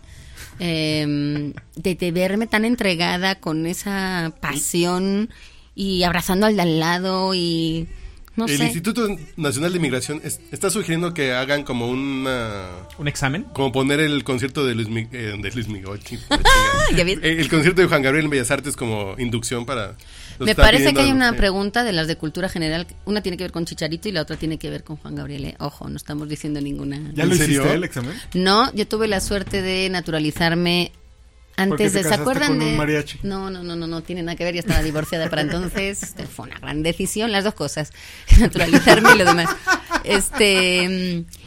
Eh, de, de verme tan entregada con esa pasión y abrazando al de al lado y No
el
sé.
Instituto Nacional de Migración es- está sugiriendo que hagan como una...
¿Un examen?
Como poner el concierto de Luis Miguel... de Luis Miguel. oh, ching-
Ah, ¿Ya ves?
el, el concierto de Juan Gabriel en Bellas Artes como inducción para... lo
Me
está
parece
pidiendo
que hay
al-
una
eh,
pregunta de las de cultura general. Una tiene que ver con Chicharito y la otra tiene que ver con Juan Gabriel. ¿eh? Ojo, no estamos diciendo ninguna.
¿Ya
¿En
lo
serio?
hiciste el examen?
No, yo tuve la suerte de naturalizarme
Porque te
antes de. ¿Se
casaste
acuerdan
con un
de.?
mariachi.
No, no, no, no, no tiene nada que ver. Ya estaba divorciada para entonces. Este, Fue una gran decisión, las dos cosas. Naturalizarme y lo demás. Este. mm,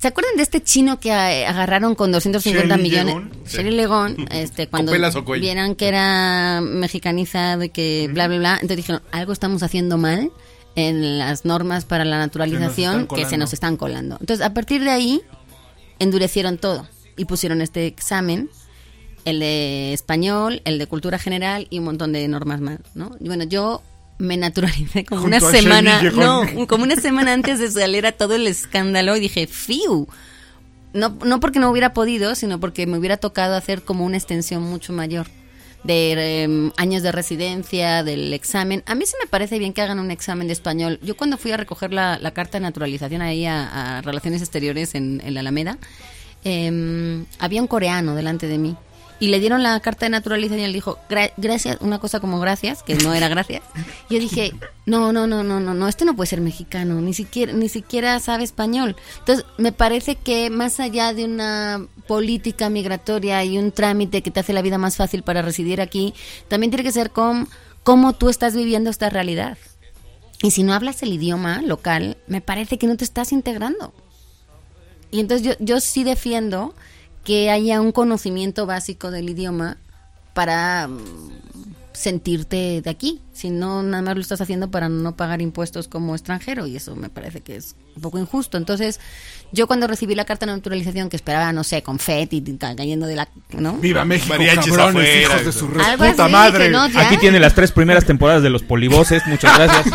¿Se acuerdan de este chino que a- agarraron con 250
Shelley
millones?
Legón.
Shelley Legón, este, cuando
pelas o cuello.
vieran que era mexicanizado y que bla, bla, bla, entonces dijeron, algo estamos haciendo mal en las normas para la naturalización
están
que se nos
colando.
están colando. Entonces, a partir de ahí, endurecieron todo y pusieron este examen, el de español, el de cultura general y un montón de normas más, ¿no? Y bueno, yo me naturalicé como una
Junto a Shelley
semana,
Legón.
no, como una semana antes de salir a todo el escándalo y dije, fiu. No, no porque no hubiera podido, sino porque me hubiera tocado hacer como una extensión mucho mayor de em, años de residencia, del examen. A mí sí me parece bien que hagan un examen de español. Yo cuando fui a recoger la, la carta de naturalización ahí a, a Relaciones Exteriores en, en la Alameda, em, había un coreano delante de mí. Y le dieron la carta de naturalización y él dijo, "Gra- gracias, una cosa como gracias, que no era gracias. Yo dije, no, no, no, no, no, no, este no puede ser mexicano, ni siquiera, ni siquiera sabe español. Entonces, me parece que más allá de una política migratoria y un trámite que te hace la vida más fácil para residir aquí, también tiene que ser con cómo tú estás viviendo esta realidad. Y si no hablas el idioma local, me parece que no te estás integrando. Y entonces yo, yo sí defiendo que haya un conocimiento básico del idioma para mm, sentirte de aquí. Si no, nada más lo estás haciendo para no pagar impuestos como extranjero y eso me parece que es un poco injusto. Entonces, yo cuando recibí la carta de naturalización que esperaba, no sé, confeti ca- cayendo de la... ¿no?
¡Viva México,
Mariachis
cabrones,
afuera,
hijos de
güey.
su re-
Algo
puta
así,
madre!
dije, no, ya.
Aquí tiene las tres primeras temporadas de los polivoces. Muchas gracias.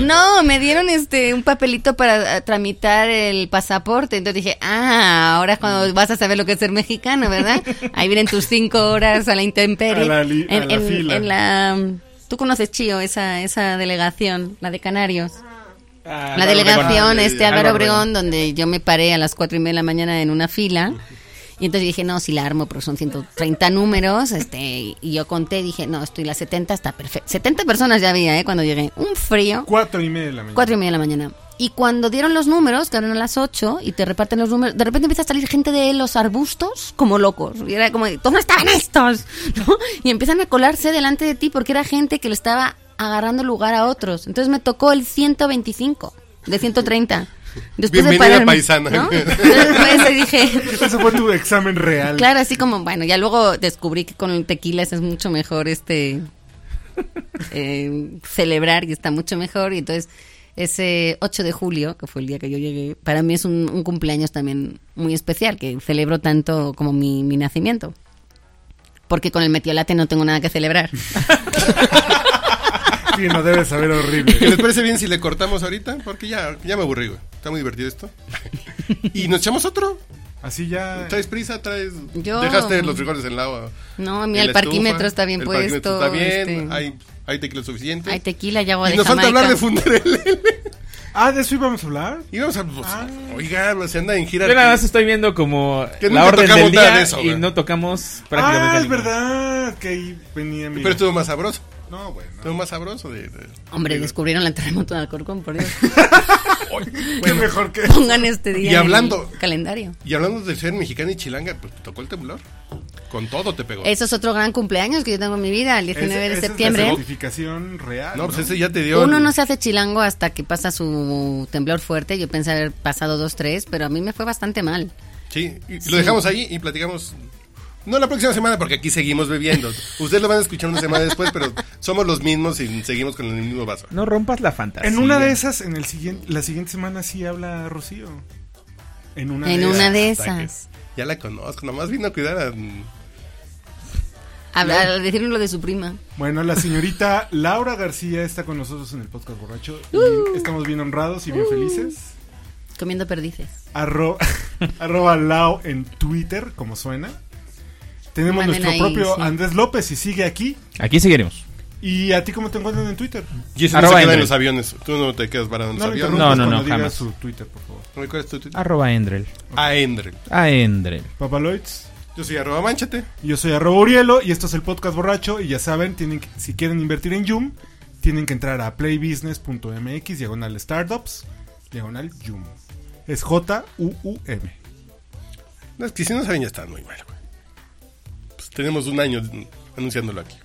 No, me dieron este un papelito para eh, tramitar el pasaporte. Entonces dije, ah, ahora es cuando
Mm.
vas a saber lo que es ser mexicano, ¿verdad? Ahí vienen tus cinco horas a la intemperie.
A la li- a
en,
la
en-
fila.
en la- mm, Tú conoces Chío, esa, esa delegación, la de Canarios.
Ah,
La delegación,
eh,
este Álvaro Obregón, donde yo me paré a las cuatro y media de la mañana en una fila. Y entonces dije, no, si la armo, porque son 130 números. este Y yo conté, dije, no, estoy las 70, está perfecto. 70 personas ya había, ¿eh? Cuando llegué. Un frío.
Cuatro y media de la mañana.
Cuatro y media de la mañana. Y cuando dieron los números, que eran a las ocho, y te reparten los números, de repente empieza a salir gente de los arbustos como locos. Y era como, ¿dónde estaban estos? ¿No? Y empiezan a colarse delante de ti porque era gente que le estaba agarrando lugar a otros. Entonces me tocó el 125 de 130. Después
Bienvenida,
de pararme,
paisana.
¿no? Después dije,
Ese fue tu examen real.
Claro, así como, bueno, ya luego descubrí que con el tequila es mucho mejor este eh, celebrar y está mucho mejor. Y entonces, ese 8 de julio, que fue el día que yo llegué, para mí es un, un cumpleaños también muy especial, que celebro tanto como mi, mi nacimiento. Porque con el metiolate no tengo nada que celebrar.
Sí, no debes saber
¿Que
horrible.
les parece bien si le cortamos ahorita? Porque ya, ya me aburrí, güey. Está muy divertido esto. ¿Y nos echamos otro?
Así ya.
¿Traes prisa? ¿Traes...?
Yo-
Dejaste los frijoles en la agua.
No,
en
mira, el
la
parquímetro
estufa,
está bien
el
puesto.
parquímetro está bien,
este,
hay, hay tequila suficiente.
hay tequila y agua
y
de
nos falta
Jamaica.
hablar de Funderelele.
Ah, de eso íbamos a hablar.
Y vamos a... pues, Oiga, se anda en gira...
Ah. Yo nada más estoy viendo como
Que
la
nunca
orden
tocamos
del
nada
día
de eso,
y
güey.
no tocamos
Ah,
prácticamente
es
ninguna.
verdad. Que ahí venía mi.
Pero estuvo más sabroso.
No, bueno.
Estuvo más sabroso de... de-
Hombre, descubrieron la terremoto de Alcorcón, por Dios.
Qué mejor que.
Pongan este día
Y
en el
hablando-
calendario.
Y hablando del ser mexicano y chilanga, pues te tocó el temblor. Con todo te pegó.
Eso es otro gran cumpleaños que yo tengo en mi vida, el 19
Ese-
de
esa Es
septiembre.
la certificación real.
no,
No,
pues ese ya te dio...
Uno no se hace chilango hasta que pasa su temblor fuerte. Yo pensé haber pasado dos, tres, pero a mí me fue bastante mal.
Sí, y
Sí.
lo dejamos ahí y platicamos. No la próxima semana, porque aquí seguimos bebiendo. Ustedes lo van a escuchar una semana después, pero somos los mismos y seguimos con el mismo vaso.
No rompas la fantasía.
En una de esas, en el siguiente, la siguiente semana sí habla Rocío. En una
en
de
una de
hasta que-
esas.
Ya la conozco, nomás vino a cuidar a...
Hablar, decirme lo de su prima.
Bueno, la señorita Laura García está con nosotros en el podcast borracho. Y
Uh.
estamos bien honrados y bien felices.
Comiendo perdices.
Arro- arroba Lao en Twitter, como suena. Tenemos
Manden
nuestro
ahí,
propio
sí.
Andrés López y sigue aquí.
Aquí seguiremos.
¿Y a ti cómo te encuentran en Twitter?
Y eso no se
Arroba
queda en
Henry.
los aviones. Tú no te quedas varado en los
lo
aviones.
interrumpa. No, Ah,
interrumpas
no, no,
cuando digas
jamás.
su Twitter, por favor.
¿No recuerdas tu Twitter?
Arroba Endrel.
A Endrel.
A Endrel.
Papaloids.
Yo soy arroba manchate.
Yo soy arroba Urielo y esto es el podcast borracho y ya saben, tienen que- si quieren invertir en Yum, tienen que entrar a playbusiness.mx diagonal startups diagonal Yum. Es J-U-U-M.
No, es que si no saben ya están muy mal, güey. Pues tenemos un año anunciándolo aquí.